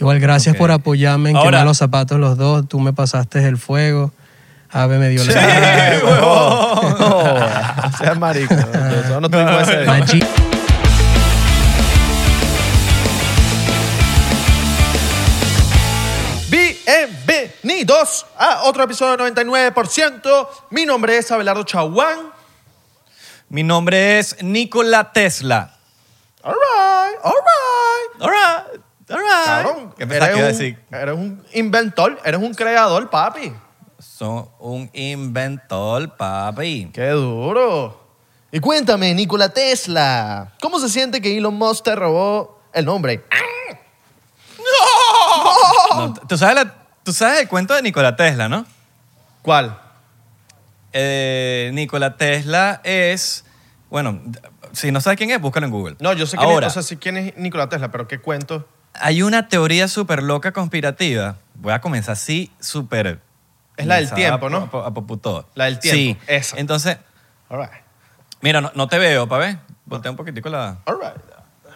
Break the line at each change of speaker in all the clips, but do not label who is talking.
Igual, gracias
Ok.
por apoyarme en
Ahora-
quemar los zapatos los dos. Tú me pasaste el fuego. Ave me dio la...
huevón! No, seas marico. Yo no estoy con ese.
Machi-
Bienvenidos a otro episodio de 99%. Mi nombre es Abelardo Chaguán.
Mi nombre es Nikola Tesla.
All right, all right.
All right, all right.
Cabrón,
¿Qué pensás que iba a
eres,
decir?
un, eres un inventor, eres un creador, papi.
Son un inventor, papi.
Qué duro. Y cuéntame, Nikola Tesla, ¿cómo se siente que Elon Musk te robó el nombre? Oh.
No, ¿tú, sabes la- tú sabes el cuento de Nikola Tesla, ¿no?
¿Cuál?
Eh, Nikola Tesla es, bueno, si no sabes quién es, búscalo en Google.
No, yo sé quién,
Ahora,
es, o sea, sí, quién es Nikola Tesla, pero ¿qué cuento?
hay una teoría súper loca conspirativa. Voy a comenzar así, súper...
Es la del
lanzada
tiempo,
a-
¿no?
A, a- a poputó.
La del tiempo,
Sí.
esa.
Entonces,
All right,
mira, no, no te veo, pa' ver. Voltea un poquitico la,
all right.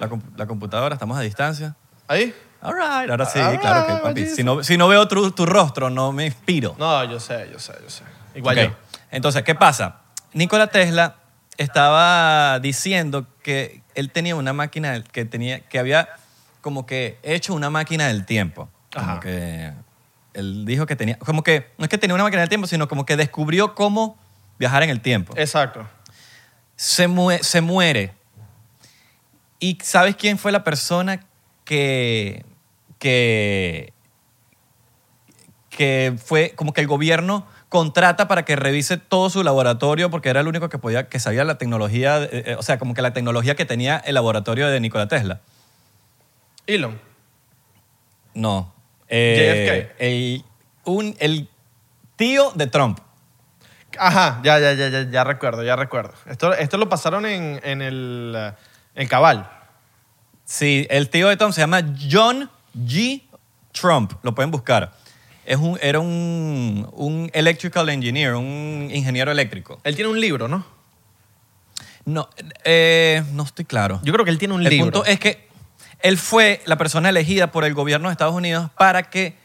la compu- la computadora, estamos a distancia.
¿Ahí?
All right, ahora sí,
All
claro
right,
que papi.
oye.
Si no, si no veo tu, tu rostro, no me inspiro.
No, yo sé, yo sé, yo sé. Igual
Ok.
yo.
Entonces, ¿qué pasa? Nikola Tesla estaba diciendo que él tenía una máquina del- que tenía que había como que hecho una máquina del tiempo. Como
Ajá.
que él dijo que tenía como que no es que tenía una máquina del tiempo, sino como que descubrió cómo viajar en el tiempo.
Exacto.
Se, mue- se muere. ¿Y sabes quién fue la persona que que que fue como que el gobierno contrata para que revise todo su laboratorio porque era el único que podía que sabía la tecnología, eh, eh, o sea, como que la tecnología que tenía el laboratorio de Nikola Tesla.
Elon.
No. Eh, El, un, el tío de Trump.
Ajá, ya, ya, ya, ya, ya recuerdo, ya recuerdo. Esto, esto lo pasaron en, en el, eh, en Cabal.
Sí, el tío de Trump se llama John G. Trump. Lo pueden buscar. Es un, era un, un electrical engineer, un ingeniero eléctrico.
Él tiene un libro, ¿no?
No, eh, no estoy claro.
Yo creo que él tiene un
el
libro.
punto es que él fue la persona elegida por el gobierno de Estados Unidos para que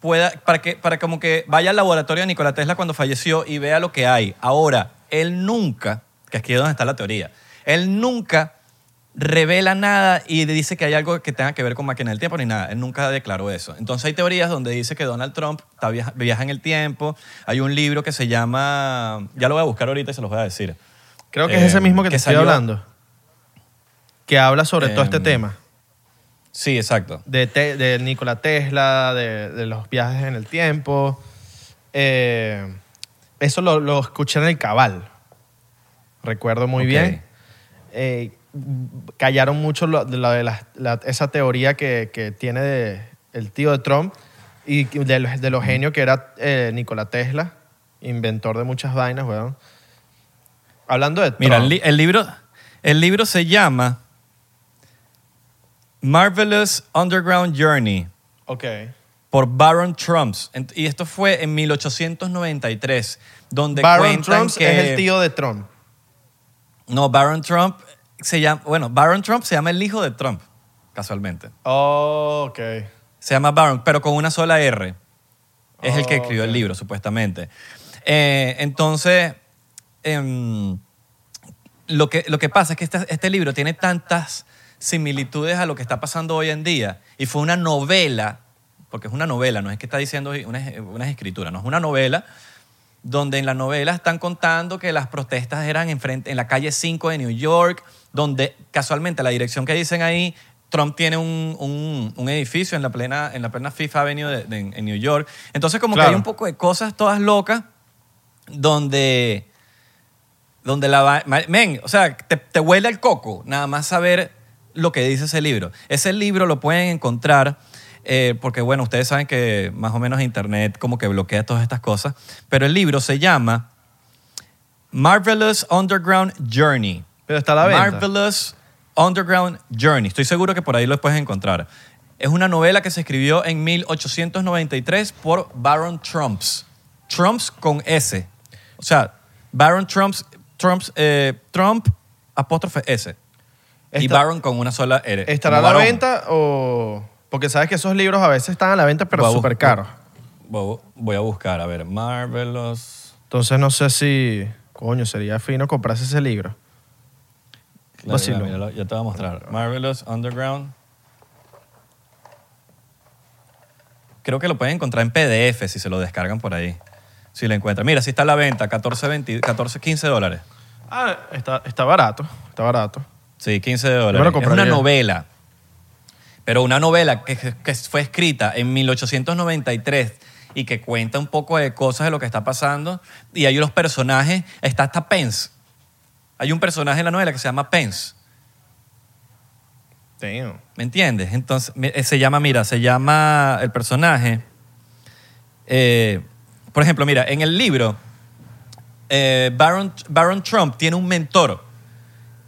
pueda, para que, para como que vaya al laboratorio de Nikola Tesla cuando falleció y vea lo que hay. Ahora, él nunca, que aquí es donde está la teoría, él nunca revela nada y dice que hay algo que tenga que ver con máquina del tiempo ni nada. Él nunca declaró eso. Entonces hay teorías donde dice que Donald Trump está viaja, viaja en el tiempo. Hay un libro que se llama, ya lo voy a buscar ahorita y se los voy a decir.
Creo que es ese
em,
mismo que,
que
te estoy
salió-
hablando. Que habla sobre todo este
Em,
tema.
Sí, exacto.
De, Te- de Nikola Tesla, de, de los viajes en el tiempo. Eh, eso lo, lo escuché en el Cabal. Recuerdo muy
Ok.
bien. Eh, callaron mucho lo- de la- de las- la- esa teoría que, que tiene de- el tío de Trump y de, los- de lo genio que era eh, Nikola Tesla, inventor de muchas vainas, weón. Hablando de
Mira, el,
Trump,
li- el libro, el libro se llama Marvelous Underground Journey
ok.
por Baron Trumps. Ent- Y esto fue en 1893, donde
Baron
cuentan
Trump
que...
es el tío de Trump.
No, Baron Trump se llama... Bueno, Baron Trump se llama el hijo de Trump, casualmente.
Oh, ok.
Se llama Baron, pero con una sola R. Es el que
Oh,
escribió el
ok.
libro, supuestamente. Eh, entonces, em, lo, que, lo que pasa es que esta- este libro tiene tantas similitudes a lo que está pasando hoy en día. Y fue una novela, porque es una novela, no es que está diciendo unas una escrituras, no, es una novela donde en la novela están contando que las protestas eran en, frente- en la calle 5 de New York, donde casualmente la dirección que dicen ahí, Trump tiene un, un- un edificio en la plena, en la plena Fifth Avenue de- de- en New York. Entonces como que
Claro.
hay un poco de cosas todas locas donde... Donde la va- ma- Men, o sea, te, te huele al coco nada más saber lo que dice ese libro. Ese libro lo pueden encontrar eh, porque, bueno, ustedes saben que más o menos Internet como que bloquea todas estas cosas. Pero el libro se llama Marvelous Underground Journey.
Pero está a la venta.
Marvelous Underground Journey. Estoy seguro que por ahí lo puedes encontrar. Es una novela que se escribió en 1893 por Baron Trumps. Trumps con S. O sea, Baron Trumps, Trumps, eh, Trump apóstrofe S. y
Esta-
Baron con una sola R.
¿Estará a
como
la
Barón.
venta o, Porque sabes que esos libros a veces están a la venta, pero
Voy a
súper
buscar-
caros.
Voy voy a buscar, a ver, Marvelous.
Entonces no sé si, coño, sería fino comprarse ese libro.
Claro,
Vacilo.
ya, míralo, ya te voy a mostrar. Marvelous Underground. Creo que lo pueden encontrar en PDF si se lo descargan por ahí. Si lo encuentran. Mira, si está a la venta, 14, 20 14, 15 dólares.
Ah, está, está barato, está barato.
Sí, 15 dólares.
lo
es una
compraría.
novela. Pero una novela que, que fue escrita en 1893 y que cuenta un poco de cosas de lo que está pasando. Y hay unos personajes. Está hasta Pence. Hay un personaje en la novela que se llama Pence.
Damn.
¿Me entiendes? Entonces, mi- eh, se llama, mira, se llama el personaje. eh, por ejemplo, mira, en el libro, eh, Baron, Baron Trump tiene un mentor.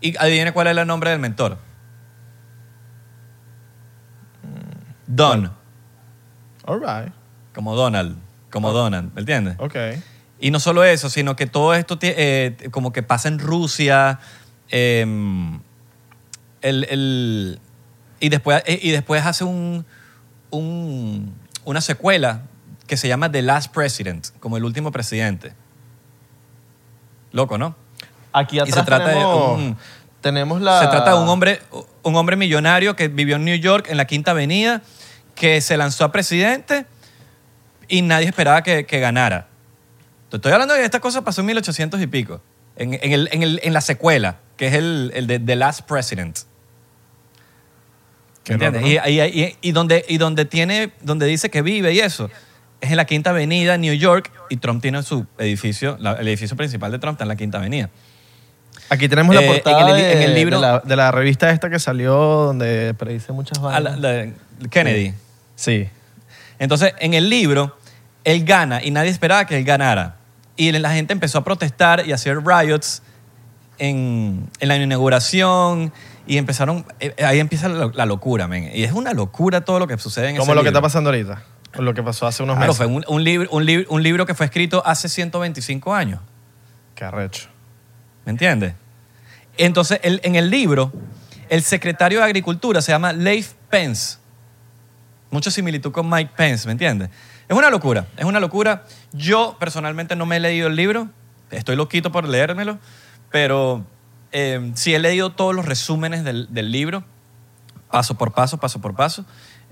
Y adivina cuál es el nombre del mentor. Don,
All right.
como Donald, como Donald, ¿me entiendes?
Ok.
Y no solo eso, sino que todo esto tie- eh, como que pasa en Rusia. em, el- el- y, después, eh, y después hace un, un- una secuela que se llama The Last President, como el último presidente. Loco, ¿no?
Aquí
atrás se trata de tenemos- un-
tenemos la...
Se trata de un hombre, un hombre millonario que vivió en New York, en la Quinta Avenida, que se lanzó a presidente y nadie esperaba que, que ganara. Te Estoy hablando de que esta cosa pasó en 1800 y pico, en, en el- en el- en la secuela, que es el, el de The Last President.
Qué
¿Entiendes?
loco,
Y, y- y- y donde, y donde, tiene, donde dice que vive y eso, es en la Quinta Avenida, New York, y Trump tiene su edificio, la- el edificio principal de Trump está en la Quinta Avenida.
Aquí tenemos
Eh,
la
en
portada
el li-
de,
en el libro-
de la, de la revista esta que salió donde predice muchas
Ah,
vainas.
la- la- Kennedy.
Sí.
Entonces, en el libro, él gana y nadie esperaba que él ganara. Y la gente empezó a protestar y a hacer riots en, en la inauguración y empezaron, eh, ahí empieza la, la locura, men. Y es una locura todo lo que sucede en
Como
ese
lo que
libro.
está pasando ahorita. o Lo que pasó hace unos
Claro,
meses.
fue un, un libro, un, libro, un libro que fue escrito hace 125 años,
Qué arrecho.
¿me entiendes? Entonces, el- en el libro, el secretario de Agricultura se llama Leif Pence. Mucha similitud con Mike Pence, ¿me entiendes? Es una locura, es una locura. Yo personalmente no me he leído el libro, estoy loquito por leérmelo, pero eh, sí he leído todos los resúmenes del, del libro, paso por paso, paso por paso,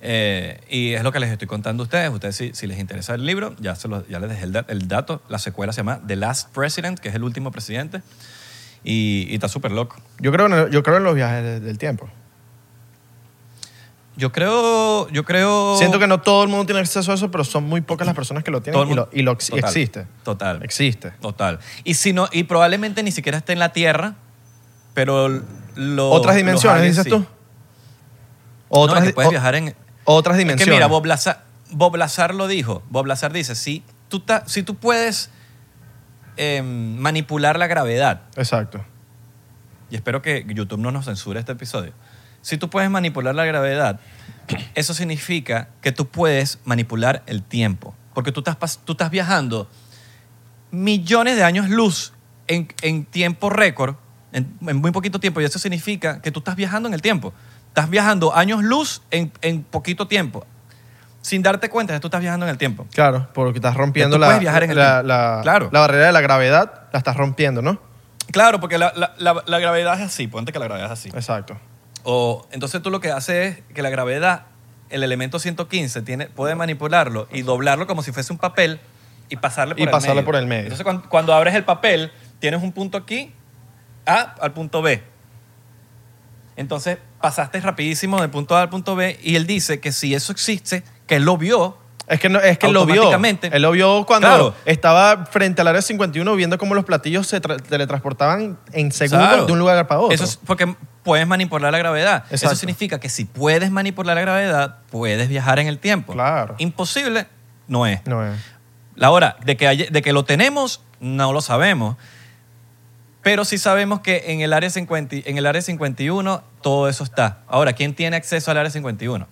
eh, y es lo que les estoy contando a ustedes. Ustedes, si, si les interesa el libro, ya, se lo- ya les dejé el, da- el dato. La secuela se llama The Last President, que es el último presidente, y, y está súper loco.
Yo creo, en el- yo creo en los viajes de- del tiempo.
Yo creo, yo creo...
Siento que no todo el mundo tiene acceso a eso, pero son muy pocas las personas que lo
Todo
tienen
el
y
mundo-
lo, y lo ex-
Total,
existe.
Total.
Existe.
Total. Y, si no, y probablemente ni siquiera esté en la Tierra, pero lo-
¿Otras
Oh, los
dimensiones,
aliens
dices
sí.
tú?
No,
Otras,
es que puedes
o-
viajar en...
otras
Es
dimensiones.
que mira, Bob Lazar, Bob Lazar lo dijo. Bob Lazar dice, si tú, ta- si tú puedes em, manipular la gravedad,
Exacto.
y espero que YouTube no nos censure este episodio, si tú puedes manipular la gravedad, eso significa que tú puedes manipular el tiempo. Porque tú estás, pas- tú estás viajando millones de años luz en, en tiempo récord, en, en muy poquito tiempo, y eso significa que tú estás viajando en el tiempo. Estás viajando años luz en, en poquito tiempo. Sin darte cuenta, tú estás viajando en el tiempo.
Claro, porque estás rompiendo
tú
la,
puedes viajar en el
la,
tiempo.
la-
Claro.
la barrera de la gravedad, la estás rompiendo, ¿no?
Claro, porque la, la- la- la gravedad es así, ponte que la gravedad es así.
Exacto.
O, entonces tú lo que haces es que la gravedad, el elemento 115, tiene, puede manipularlo y doblarlo como si fuese un papel y pasarle por,
Y
el,
pasarle
medio.
por el medio.
Entonces cuan- cuando, abres el papel, tienes un punto aquí A al punto B. Entonces pasaste rapidísimo del punto A al punto B y él dice que si eso existe, que él lo vio,
Es que, no, es que él lo vio.
Automáticamente.
Él lo vio cuando
Claro.
estaba frente al área 51 viendo cómo los platillos se tra- teletransportaban en segundos
Claro.
de un lugar para otro.
Eso es porque puedes manipular la gravedad. Eso
Exacto.
significa que si puedes manipular la gravedad, puedes viajar en el tiempo.
Claro.
Imposible no es.
No es.
La hora de que, hay- de que lo tenemos, no lo sabemos. Pero sí sabemos que en el, área 50 en el área 51 todo eso está. Ahora, ¿quién tiene acceso al área 51?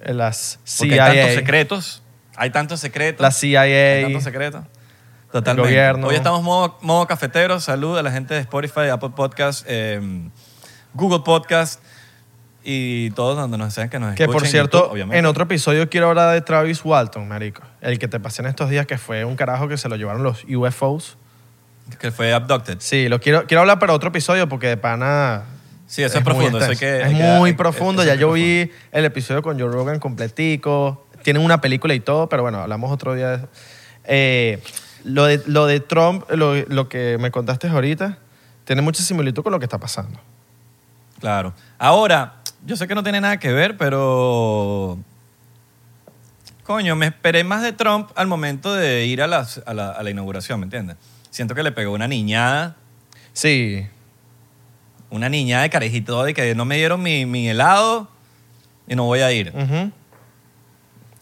eh, Las
Porque
CIA.
hay tantos secretos. Hay tantos secretos.
La CIA.
Hay tantos secretos. Totalmente.
El gobierno.
Hoy estamos modo, modo cafetero. Salud a la gente de Spotify, Apple Podcast, eh, Google Podcast, em, y todos donde nos sean que nos
Que
escuchen.
por
en
cierto,
YouTube, obviamente.
en otro episodio quiero hablar de Travis Walton, marico. El que te pasé en estos días que fue un carajo que se lo llevaron los UFOs.
Que fue abducted.
Sí, lo quiero, quiero hablar para otro episodio porque de pana...
Sí, eso es
muy
profundo, eso hay
intenso.
que-
es
hay que-
muy
hay-
profundo.
eso
Ya
hay que
yo vi el episodio con Joe Rogan completico. Tienen una película y todo, pero bueno, hablamos otro día de eso. Eh, lo, de, lo de Trump, lo, lo que me contaste ahorita, tiene mucha similitud con lo que está pasando.
Claro. Ahora, yo sé que no tiene nada que ver, pero... Coño, me esperé más de Trump al momento de ir a, las- a la, a la inauguración, ¿me entiendes? Siento que le pegó una niñada,
Sí,
una niñada de carejito de que no me dieron mi, mi helado y no voy a ir.
Ujú.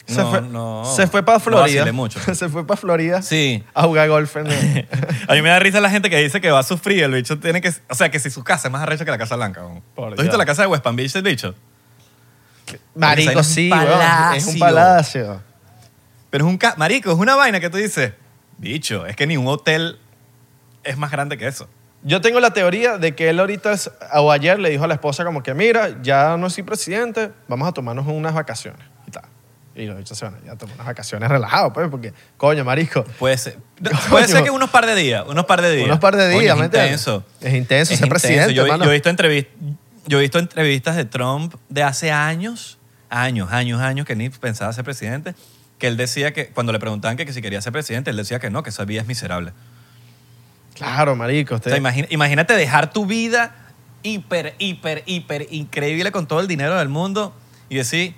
Se,
No,
fue,
no.
se fue para
No
Florida.
vacilé mucho.
se fue para Florida
Sí.
a jugar golf. en-
a mí me da risa la gente que dice que va a sufrir. El bicho tiene que. O sea, que si su casa es más arrecha que la Casa Blanca. weón. ¿Tú
Por
has visto
Dios.
la casa de West Palm Beach, el bicho?
Marico,
Es
sí,
un
weón, Es un palacio.
Pero es un. ca- Marico, es una vaina que tú dices. Bicho, es que ni un hotel es más grande que eso.
Yo tengo la teoría de que él ahorita es- o ayer le dijo a la esposa como que mira, ya no soy presidente, vamos a tomarnos unas vacaciones. Y, tal. y los bichos se van ya tomar unas vacaciones relajados, pues, porque, coño, marico,
Puede ser. no,
Coño.
Puede ser que unos par de días. Unos par de días.
unos par de
Coño,
días,
es
¿me entiendes?
intenso.
Es intenso
Es
ser
intenso.
presidente,
Yo, vi-
hermano.
yo he visto entrevist- yo he visto entrevistas de Trump de hace años, años, años, años, que ni pensaba ser presidente, que él decía que, cuando le preguntaban que, que si quería ser presidente, él decía que no, que esa vida es miserable.
Claro, marico.
O
usted-
sea, imagina- imagínate dejar tu vida hiper, hiper, hiper increíble con todo el dinero del mundo y decir,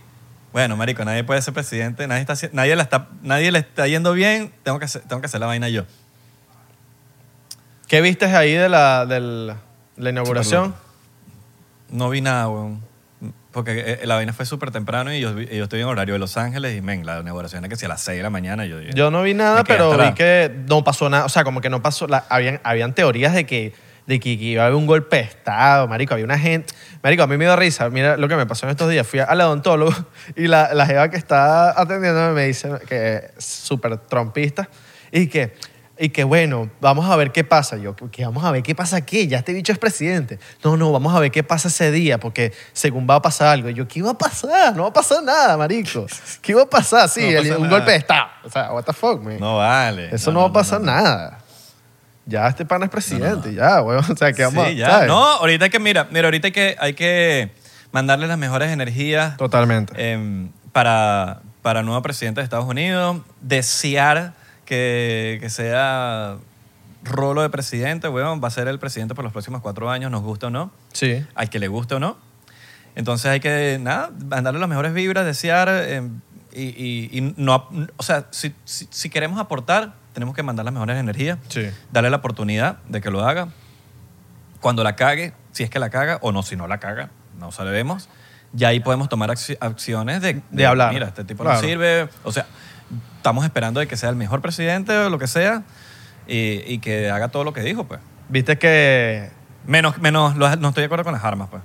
bueno, marico, nadie puede ser presidente, nadie, está, haci- nadie, la está, nadie le está yendo bien, tengo que, hacer, tengo que hacer la vaina yo.
¿Qué viste ahí de la, del- la inauguración?
No vi nada, weón. Porque eh, la vaina fue súper temprano y yo, vi- yo estoy en horario de Los Ángeles y, men, la inauguración era que si a las 6 de la mañana yo dije,
Yo no vi nada,
me quedé
pero
hasta
vi
la-
que no pasó nada. O sea, como que no pasó. la- habían, habían teorías de que, de que iba a haber un golpe de Estado, marico. Había una gente. Marico, a mí me dio risa. Mira lo que me pasó en estos días. Fui al odontólogo y la, la jeva que está atendiéndome me dice que es súper trompista y que. Y que bueno, vamos a ver qué pasa. Yo, que vamos a ver qué pasa aquí. Ya este bicho es presidente. No, no, vamos a ver qué pasa ese día, porque según va a pasar algo. Y yo, ¿qué va a pasar? No va a pasar nada, marico. ¿Qué va a pasar? Sí,
No va a
el-
pasar
un
nada.
golpe de Estado. O sea, what the fuck, man.
No vale.
Eso no, va a pasar nada. Ya este pana es presidente, ya, weón. O sea, que vamos
Sí,
a-
ya.
¿sabes?
No, ahorita hay que, mira, mira, ahorita hay que, hay que mandarle las mejores energías
Totalmente.
em, para, para nuevo presidente de Estados Unidos, desear que, que sea rolo de presidente, weón, va a ser el presidente por los próximos cuatro años, nos gusta o no,
Sí.
al que le guste o no. Entonces hay que, nada, mandarle las mejores vibras, desear em, y, y- y no, ap- o sea, si, si- si queremos aportar, tenemos que mandar las mejores energías,
Sí.
darle la oportunidad de que lo haga, cuando la cague, si es que la caga, o no, si no la caga, no sabemos, ya ahí podemos tomar acci- acciones de,
De hablar.
Mira, este tipo
Claro.
no sirve. O sea, estamos esperando de que sea el mejor presidente o lo que sea y, y que haga todo lo que dijo, pues.
Viste que.
Menos, menos, lo- no estoy de acuerdo con las armas, pues.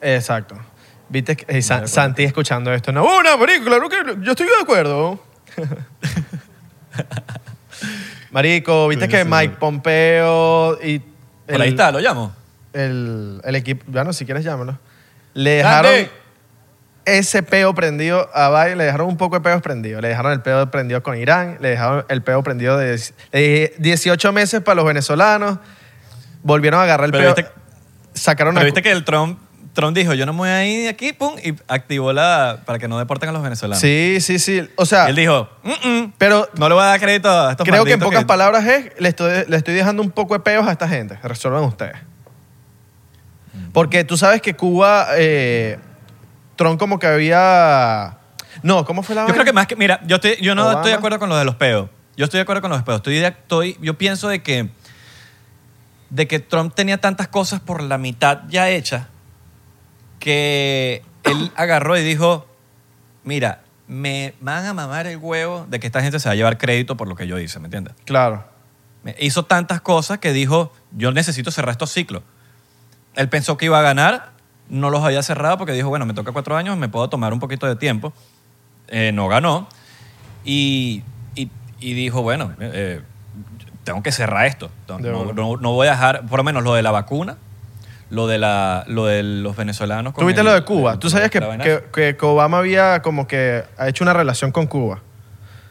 Exacto. Viste que. eh, Sa-
acuerdo.
Santi escuchando esto. No, una marico, claro que yo estoy de acuerdo. marico, viste que Mike Pompeo y.
Por ahí está, lo llamo.
El, el equipo. Bueno, si quieres llámalo. Le dejaron.
Santi.
ese peo prendido a Biden, le dejaron un poco de peos prendido. Le dejaron el peo prendido con Irán, le dejaron el peo prendido de de 18 meses para los venezolanos. Volvieron a agarrar el
Pero
peo.
viste-
sacaron
Pero
a-
viste que el Trump, Trump dijo, yo no me voy a ir de aquí, pum, y activó la, para que no deporten a los venezolanos.
Sí, sí, sí. O sea,
Él dijo, "Mm, mm,
pero
no le voy a dar crédito a estos
creo que en
malditos
pocas palabras es, le estoy, le estoy dejando un poco de peos a esta gente. Resuelvan ustedes.
Mm.
Porque tú sabes que Cuba, eh, Trump como que había... No, ¿cómo fue la
Yo
vaina?
creo que más que, mira, yo, estoy- yo no
Obama.
estoy de acuerdo con lo de los peos. Yo estoy de acuerdo con los peos. Estoy de- estoy, yo pienso de que, de que Trump tenía tantas cosas por la mitad ya hechas que él agarró y dijo, mira, me van a mamar el huevo de que esta gente se va a llevar crédito por lo que yo hice, ¿me entiendes?
Claro.
Me- Hizo tantas cosas que dijo, yo necesito cerrar estos ciclos. Él pensó que iba a ganar, no los había cerrado porque dijo, bueno, me toca cuatro años, me puedo tomar un poquito de tiempo. Eh, no ganó. Y, y- y dijo, bueno, eh, tengo que cerrar esto. No,
De
no-
acuerdo.
no- no voy a dejar, por lo menos lo de la vacuna, lo de, la, lo de los venezolanos. con
Tú viste
el-
lo de Cuba.
el-
Tú sabías que,
la vaina?
que, que- que Obama había como que ha hecho una relación con Cuba.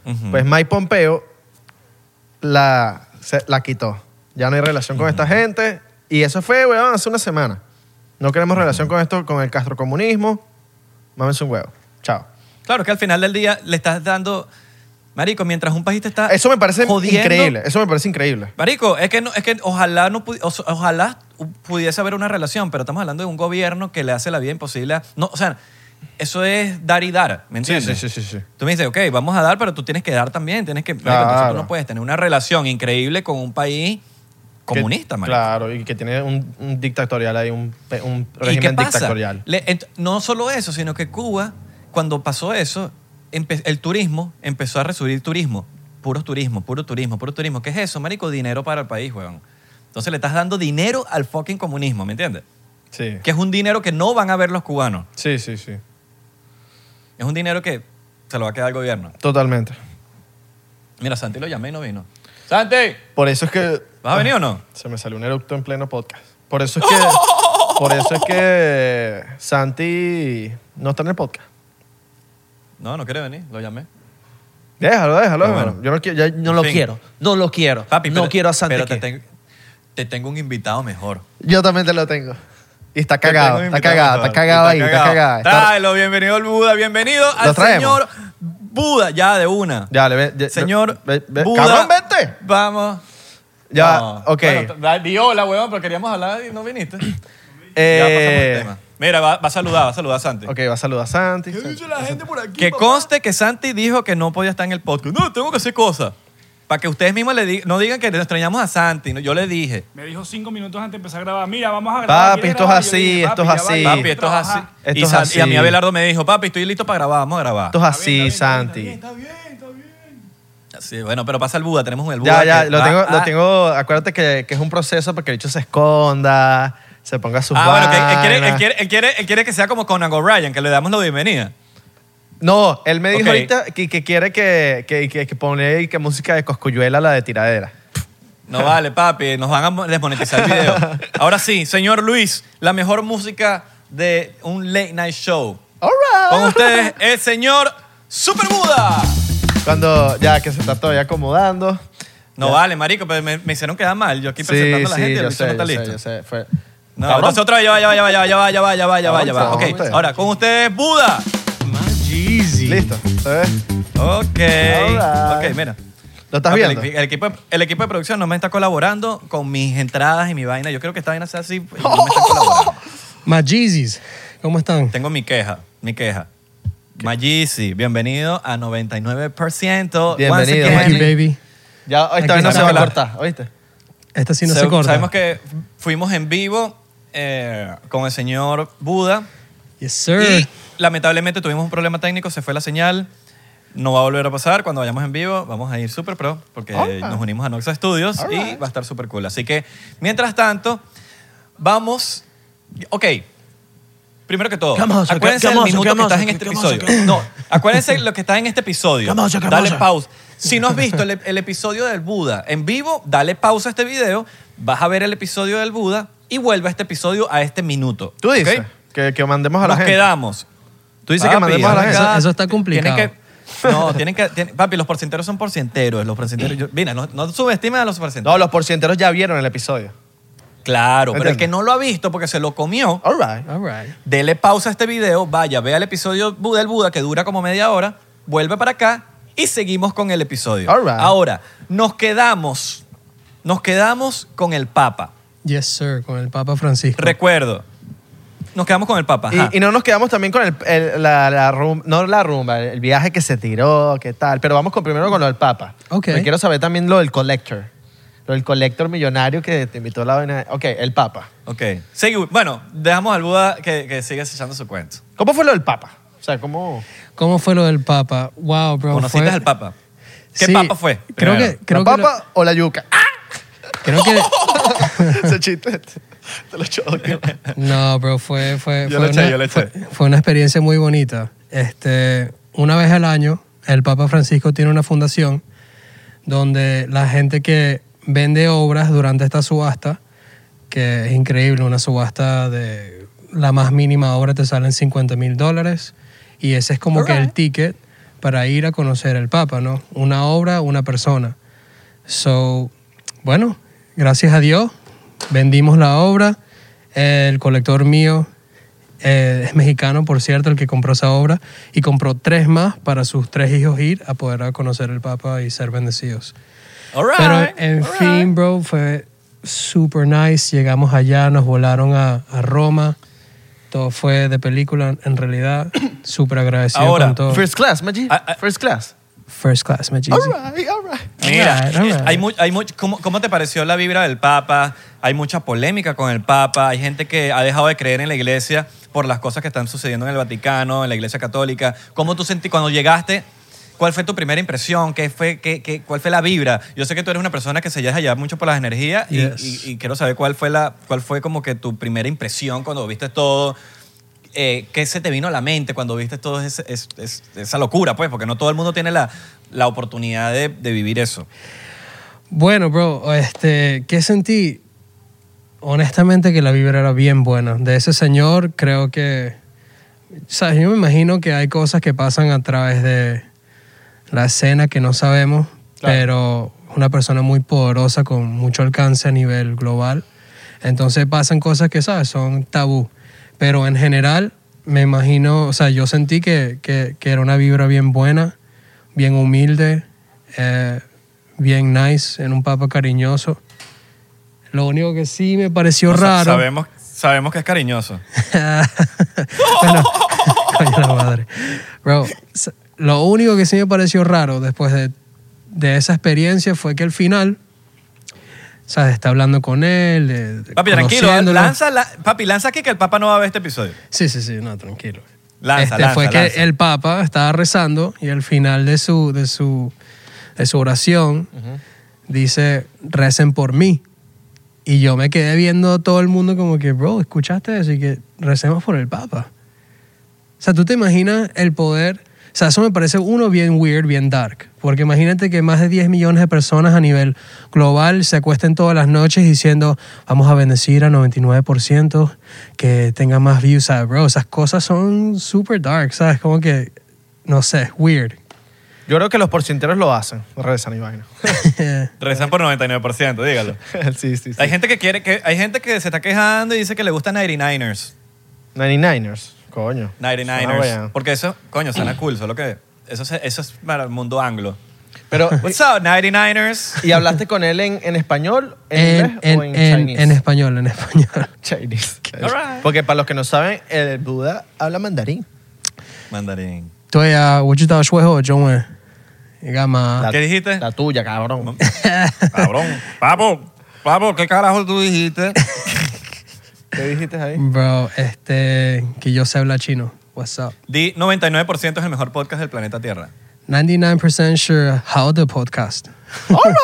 Ujú.
Pues Mike Pompeo la, se- la quitó. Ya no hay relación con esta gente. Y eso fue, weón, hace una semana. No queremos relación con esto, con el castrocomunismo. Mámense un huevo. Chao.
Claro, que al final del día le estás dando... Marico, mientras un país te está
Eso me parece
Ah, jodiendo-
increíble. Eso me parece increíble.
Marico, es que, no, es que ojalá, no pudi- o- ojalá pudiese haber una relación, pero estamos hablando de un gobierno que le hace la vida imposible. a- no, o sea, eso es dar y dar, ¿me
Sí,
entiendes?
sí, sí, sí, sí.
Tú me dices, ok, vamos a dar, pero tú tienes que dar también. Tienes que, marico, entonces
Claro.
tú no puedes tener una relación increíble con un país comunista,
Que-
marico.
Claro, y que tiene un, un dictatorial ahí, un, pe- un
¿Y qué
régimen
pasa?
dictatorial.
Le- ent- no solo eso, sino que Cuba, cuando pasó eso, empe- el turismo empezó a resubir turismo. Puro turismo, puro turismo, puro turismo. ¿Qué es eso, marico? Dinero para el país, weón. Entonces le estás dando dinero al fucking comunismo, ¿me entiendes?
Sí.
Que es un dinero que no van a ver los cubanos.
Sí, sí, sí.
Es un dinero que se lo va a quedar el gobierno.
Totalmente.
Mira, Santi lo llamé y no vino. ¡Santi!
Por eso es que.
¿Vas a venir o no?
Se me salió un eructo en pleno podcast. Por eso es que. por eso es que Santi no está en el podcast.
No, no quiere venir, lo llamé.
Déjalo, déjalo,
Pero
hermano.
bueno.
Yo no quiero. ya- no
No lo
En fin.
quiero, no lo quiero.
Papi,
no
pero-
quiero a Santi.
Pero te
aquí.
tengo, te tengo un invitado mejor.
Yo también te lo tengo. Y está
Te
cagado,
tengo
está
invitado
cagado,
mejor.
está cagado ahí, está cagado. Está-
Tráelo, bienvenido al Buda, bienvenido al
traemos?
señor Buda, ya de una.
Ya, le ve- ya-
Señor
ve- ve-
Buda.
¡Cabrón, vete!
Vamos.
Ya,
No.
ok.
Bueno, da- di hola, huevón, pero queríamos hablar y no viniste. ya pasamos el
Eh,
tema. Mira, va, va a saludar, va a saludar a Santi.
ok, va a saludar a Santi.
la gente por aquí? Que conste que Santi dijo que no podía estar en el podcast. No, tengo que hacer cosas. Para que ustedes mismos le di- no digan que nos extrañamos a Santi. no, Yo le dije.
Me dijo cinco minutos antes de empezar a grabar. Mira, vamos a grabar.
Papi,
¿quieres
esto es
grabar?" Yo
así,
le dije,
esto es
"Papi, ya va,
así.
hay que
Papi, esto es así.
trabajar".
Esto
y,
es
San- y a mí
así.
Abelardo me dijo, papi, estoy listo para grabar, vamos a grabar.
Esto es
Está bien,
así,
está bien, está bien,
Santi.
Está bien, está bien.
Sí, bueno, pero pasa el Buda, tenemos un el Buda.
Ya, ya,
que
lo
va ah.
tengo, lo
a-
tengo. Acuérdate que, que es un proceso para que el bicho se esconda, se ponga sus
Ah, bueno, que él- él, quiere, él
vainas.
quiere- él quiere- él quiere que sea como Conan O'Brien, que le damos la bienvenida.
No, él me dijo
Ok.
ahorita que, que quiere que, que, que, que pone ahí que música de Coscuyuela, la de tiradera.
No vale, papi, nos van a mo- desmonetizar el video. Ahora sí, señor Luis, la mejor música de un late night show.
All right.
Con ustedes, el señor Super Buda.
Cuando ya que se está todavía acomodando.
No vale, marico, pero me, me hicieron quedar mal. Yo aquí
Sí,
presentando a la
sí,
gente y el
yo
bicho
sé,
no está
yo sé,
listo.
yo sé, fue-
No,
Cabrón.
entonces otra vez, ya va, ya va, ya va, ya va, ya va, ya va, ya va, ya va.
Cabrón,
Ok,
cabrón, ustedes.
ahora, con ustedes, Buda.
Listo, ¿se ve?
Ok.
Alright.
Ok, mira.
¿Lo estás
Ok, el
viendo?
equi- El, equipo, de- el equipo de producción no me está colaborando con mis entradas y mi vaina. Yo creo que esta vaina sea así. y no me están colaborando.
Más Yeezys, ¿cómo están? Eh,
Tengo mi queja, mi queja. Mayisi, bienvenido a 99%. Once
Bienvenido,
Thank
again.
you, baby.
Ya, esta
Aquí
vez no
está
se va a
la-
cortar, ¿oíste?
Esta sí no
Sab-
se corta.
Sabemos que fuimos en vivo eh, con el señor Buda
Yes, sir.
y lamentablemente tuvimos un problema técnico, se fue la señal. No va a volver a pasar. Cuando vayamos en vivo, vamos a ir super pro porque
Alright.
nos unimos a Noxa Studios y
Alright.
va a estar super cool. Así que, mientras tanto, vamos. Ok. Primero que todo,
Vamos, que-
acuérdense del
vamos,
minuto que
que vamos,
estás en
que
este
vamos,
episodio.
que vamos.
No, acuérdense lo que está en este episodio.
Que vamos, que
Dale
vamos.
pausa. Si no has visto el, el episodio del Buda en vivo, dale pausa a este video, vas a ver el episodio del Buda y vuelve a este episodio a este minuto.
Tú dices
¿ok?
que, que mandemos a la
Nos
gente.
quedamos.
Tú dices que mandemos a la gente.
Eso- eso está complicado.
Tienen que, no, tienen que. tienen- papi, los porcenteros son porcenteros. Los porcenteros. yo- mira, no, no subestimes a los porcenteros.
No, los porcienteros ya vieron el episodio.
claro, pero el que
Entiendo.
no lo ha visto porque se lo comió,
All right.
All right.
dele pausa a este video, vaya, vea el episodio Bu- del Buda que dura como media hora, vuelve para acá y seguimos con el episodio.
All right.
Ahora, nos quedamos. Nos quedamos con el Papa.
Yes, sir, con el Papa Francisco.
Recuerdo. Nos quedamos con el Papa. ajá.
Y, y no nos quedamos también con el, el- la, la rum- no la rumba, el viaje que se tiró, qué tal. Pero vamos con, primero con lo del Papa.
Ok.
Porque quiero saber también lo del collector. Lo del collector millonario que te invitó a la vaina. Ok, el Papa.
Ok. Segui- bueno, dejamos al Buda que, que siga echando su cuento.
¿Cómo fue lo del Papa? O sea, ¿cómo...?
¿Cómo fue lo del Papa? Wow, bro.
¿Conociste
fue-
al Papa? ¿Qué
Sí,
Papa fue?
Creo
Primero.
que, creo
¿La
que lo-
papa o la yuca? Ah,
creo que
Ese chiste te lo choqué.
No, bro, fue, fue,
Yo
fue
lo eché,
una,
yo lo eché.
fue- fue una experiencia muy bonita. Este, una vez al año, el Papa Francisco tiene una fundación donde la gente que vende obras durante esta subasta que es increíble, una subasta de la más mínima obra te salen 50 mil dólares y ese es como que el
Alright.
ticket para ir a conocer al Papa, ¿no? Una obra, una persona. So, bueno, gracias a Dios, vendimos la obra. El colector mío eh, es mexicano, por cierto, el que compró esa obra y compró tres más para sus tres hijos ir a poder a conocer al Papa y ser bendecidos.
All right,
Pero en
all
fin,
right.
bro, fue super nice. Llegamos allá, nos volaron a, a Roma. Todo fue de película, en realidad. Súper agradecido
Ahora,
con todo.
First class, Maggi.
Ah, ah.
First class.
First class, me
All right, all right.
Mira,
All right, all
eh,
right.
hay mu- hay much- ¿cómo, cómo te pareció la vibra del Papa? Hay mucha polémica con el Papa, hay gente que ha dejado de creer en la iglesia por las cosas que están sucediendo en el Vaticano, en la iglesia católica. ¿Cómo tú sentí cuando llegaste? ¿Cuál fue tu primera impresión? ¿Qué fue, qué, qué- ¿Cuál fue la vibra? Yo sé que tú eres una persona que se deja llevar mucho por las energías y,
Yes.
y- y quiero saber cuál fue, la, cuál fue como que tu primera impresión cuando viste todo. Eh, ¿Qué se te vino a la mente cuando viste toda esa locura? Pues porque no todo el mundo tiene la, la oportunidad de- de vivir eso.
Bueno, bro, este, ¿qué sentí? Honestamente que la vibra era bien buena. De ese señor creo que... ¿Sabes? Yo me imagino que hay cosas que pasan a través de la escena que no sabemos, pero una persona muy poderosa con mucho alcance a nivel global. Entonces pasan cosas que, ¿sabes? Son tabú. Pero en general, me imagino, o sea, yo sentí que, que- que era una vibra bien buena, bien humilde, eh, bien nice, en un papa cariñoso. Lo único que sí me pareció
O sea,
raro.
Sabemos, sabemos que es cariñoso.
bueno, coño la madre. Bro, s- lo único que sí me pareció raro después de, de esa experiencia fue que al final, ¿sabes? Está hablando con él. eh,
Papi, tranquilo.
conociéndolo.
Lanza la- papi, lanza aquí que el Papa no va a ver este episodio.
Sí, sí, sí, no, tranquilo.
Lanza,
Este,
lanza,
fue que
lanza.
el Papa estaba rezando y al final de su, de su, de su oración dice, recen por mí. Y yo me quedé viendo a todo el mundo como que, bro, ¿escuchaste eso? Y que recemos por el Papa. O sea, tú te imaginas el poder. O sea, eso me parece uno bien weird, bien dark. Porque imagínate que más de 10 millones de personas a nivel global se acuesten todas las noches diciendo, vamos a bendecir al 99%, que tenga más views. O sea, bro, esas cosas son super dark, ¿sabes? Como que, no sé, weird.
Yo creo que los porcienteros lo hacen. Rezan y vaina.
Rezan por 99%, dígalo.
sí, sí, sí.
Hay gente que quiere que hay gente que se está quejando y dice que le gustan 99ers.
99ers. Coño. Suena
99ers.
bueno.
porque eso, coño, suena cool, solo que eso, se- eso es para el mundo anglo.
Pero,
What's up, 99ers?
¿y hablaste con él en, en español, en,
en,
inglés
en,
o en,
en-
Chinese?
en español, en español.
Chinese.
Alright.
Porque para los que no saben, el Buda habla mandarín.
Mandarín.
Estoy a 我知道说后中文干嘛
¿Qué dijiste?
La tuya, cabrón.
Cabrón. Papo, papo, ¿qué carajo tú dijiste?
¿Qué dijiste ahí?
Bro, este, que yo sé hablar chino. What's up?
Di 99% es el mejor podcast del planeta Tierra.
99% sure how the podcast.
All right,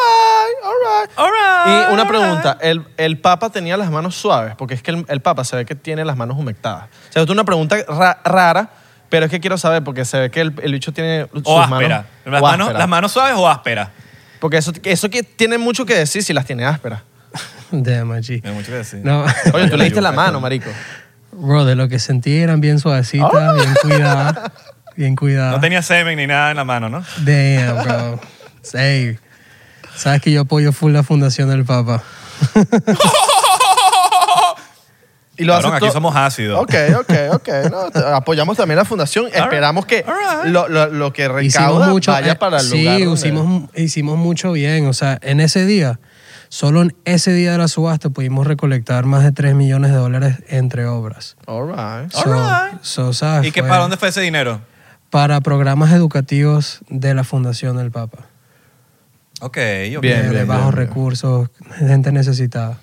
all right.
All right.
Y una pregunta, el, el Papa tenía las manos suaves, porque es que el, el Papa se ve que tiene las manos humectadas. O sea, es una pregunta ra- rara, pero es que quiero saber, porque se ve que el, el bicho tiene sus
O Oh, áspera.
manos...
Las,
o
manos,
áspera.
las manos suaves o ásperas.
Porque eso, eso que tiene mucho que decir si las tiene ásperas.
Damn, allí.
Hay mucho que decir.
No.
Oye, tú le diste la
Yuca,
mano, marico.
Bro, de lo que sentí eran bien suavecitas,
Ah.
bien cuidadas. Bien cuidadas.
No tenía semen ni nada en la mano, ¿no?
Damn, bro. Hey, sabes que yo apoyo full la fundación del Papa.
Y lo
Cabrón,
hace
aquí
to-
somos ácidos.
Ok, ok, ok. no, te- apoyamos también la fundación. Esperamos que
all right.
lo, lo- lo que recauda vaya
eh,
para el
sí,
lugar. donde-
hicimos, hicimos mucho bien. O sea, en ese día, solo en ese día de la subasta pudimos recolectar más de 3 millones de dólares entre obras.
All right.
So-
Alright.
so, ¿sabes?
¿Y qué,
Fue
para dónde fue ese dinero?
para programas educativos de la Fundación del Papa. Eh,
Ok, ok.
Bien,
de, de
bien,
bajos
bien, bien.
recursos, gente necesitada.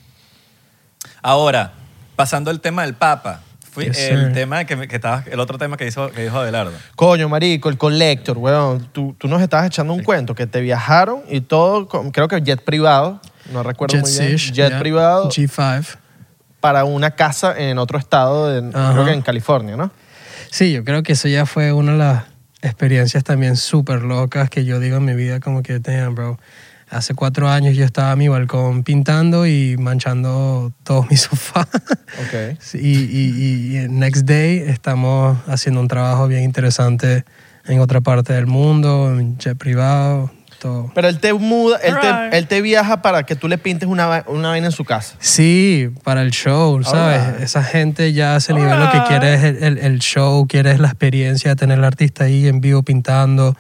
Ahora, pasando al tema del Papa. Fui-
Yes,
el
sir.
tema que, me- que estaba, el otro tema que, hizo, que dijo Abelardo.
Coño, marico, el collector, weón. Tú, tú nos estabas echando un cuento que te viajaron y todo, con- creo que jet privado, no recuerdo muy bien.
Sish,
jet
yeah.
privado
G5.
para una casa en otro estado, de- creo
Ajá.
que en California, ¿no?
Sí, yo creo que eso ya fue una de las experiencias también súper locas que yo digo en mi vida, como que, damn, bro. Hace cuatro años yo estaba en mi balcón pintando y manchando todo mi sofá.
Ok.
Sí, Y, y- y- y el next day estamos haciendo un trabajo bien interesante en otra parte del mundo, en jet privado, todo.
Pero él te muda, él
Right.
te, él te viaja para que tú le pintes una, va- una vaina en su casa.
Sí, para el show, ¿sabes? Esa gente ya a ese nivel lo que quiere es el, el- el show, quiere es la experiencia de tener al artista ahí en vivo pintando.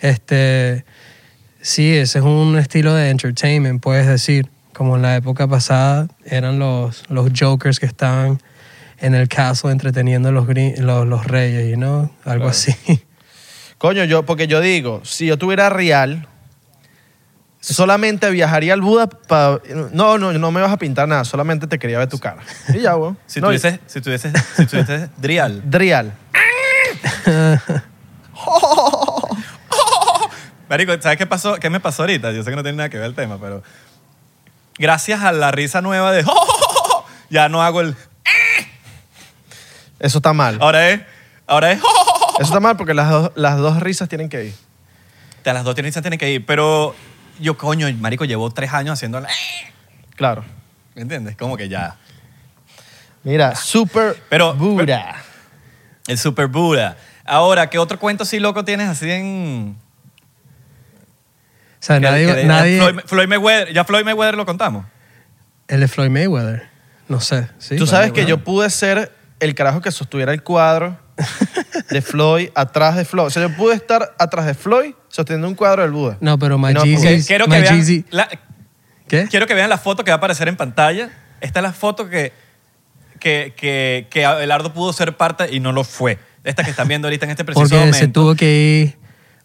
Este, sí, ese es un estilo de entertainment, puedes decir. Como en la época pasada eran los, los jokers que estaban en el caso entreteniendo a los, gri- los, los reyes, ¿no? Algo así.
Coño, yo, porque yo digo, si yo tuviera real, solamente viajaría al Buda para. No, no, no me vas a pintar nada, solamente te quería ver tu cara. Y ya, weón.
Si
No,
tuvieses, si tuvieses, si tuvieses Drial.
Drial.
Marico, ¿sabes qué, pasó, qué me pasó ahorita? Yo sé que no tiene nada que ver el tema, pero gracias a la risa nueva de ¡Oh, ya no hago el...
Eso está mal.
Ahora es... Ahora es... ¡Oh,
Eso está mal porque las, dos- las dos risas tienen que ir.
oh! A las dos tienen, se tienen que ir, pero yo, coño, marico, llevo tres años haciendo...
Claro.
¿Me entiendes? Como que ya...
Mira, Super
Pero-
Buda.
El Super Buda. Ahora, ¿qué otro cuento así loco tienes así en...
O sea,
que-
nadie,
que de-
nadie-
Floyd, Floyd Mayweather, ya Floyd Mayweather lo contamos.
el de Floyd Mayweather, no sé. ¿sí?
Tú sabes que
bueno.
yo pude ser el carajo que sostuviera el cuadro de Floyd atrás de Floyd. O sea, yo pude estar atrás de Floyd sosteniendo un cuadro del Buda.
No, pero
Y
My
no pude.
Jesus-
Eh, Quiero que,
My
vean
Jesus-
la,
¿Qué?
quiero que vean la foto que va a aparecer en pantalla. Esta es la foto que, que, que, que Abelardo pudo ser parte y no lo fue. Esta que están viendo ahorita en este preciso
Porque
momento.
se tuvo que ir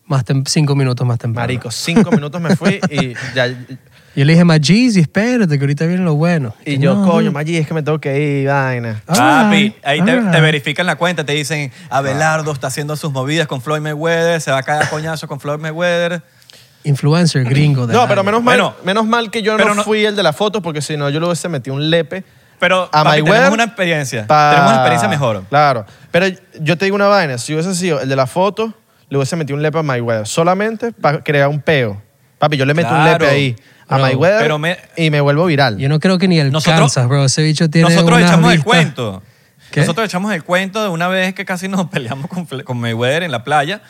más tem- cinco minutos más temprano.
Marico, cinco minutos me fui y ya. Y
Yo le dije, Majizzi, espérate, que ahorita viene lo bueno.
yo,
no,
coño,
no.
Maggi, es que me tengo que ir, vaina.
Ah,
Papi, ahí te,
alright.
te verifican la cuenta, te dicen Abelardo está haciendo sus movidas con Floyd Mayweather, se va a caer a coñazo con Floyd Mayweather.
Influencer gringo. de
No,
la-
pero menos mal,
Bueno,
menos mal que yo
pero
no,
no-
fui el de la foto porque si no yo le hubiese metido un lepe.
Pero
a
papi,
Mayweather
tenemos una experiencia,
pa-
tenemos una experiencia mejor.
Claro, pero yo te digo una vaina, si hubiese sido el de la foto, le hubiese metido un lepe a Mayweather solamente para crear un peo. Papi, yo le meto un
Claro.
lepe ahí a
Pero-
Mayweather
pero me-
y me vuelvo viral.
Yo no creo que ni
Nosotros-
alcanzas, bro. Ese bicho tiene
Nosotros
unas
echamos el
vistas.
cuento.
¿Qué?
Nosotros echamos el cuento de una vez que casi nos peleamos con, Fle- con Mayweather en la playa.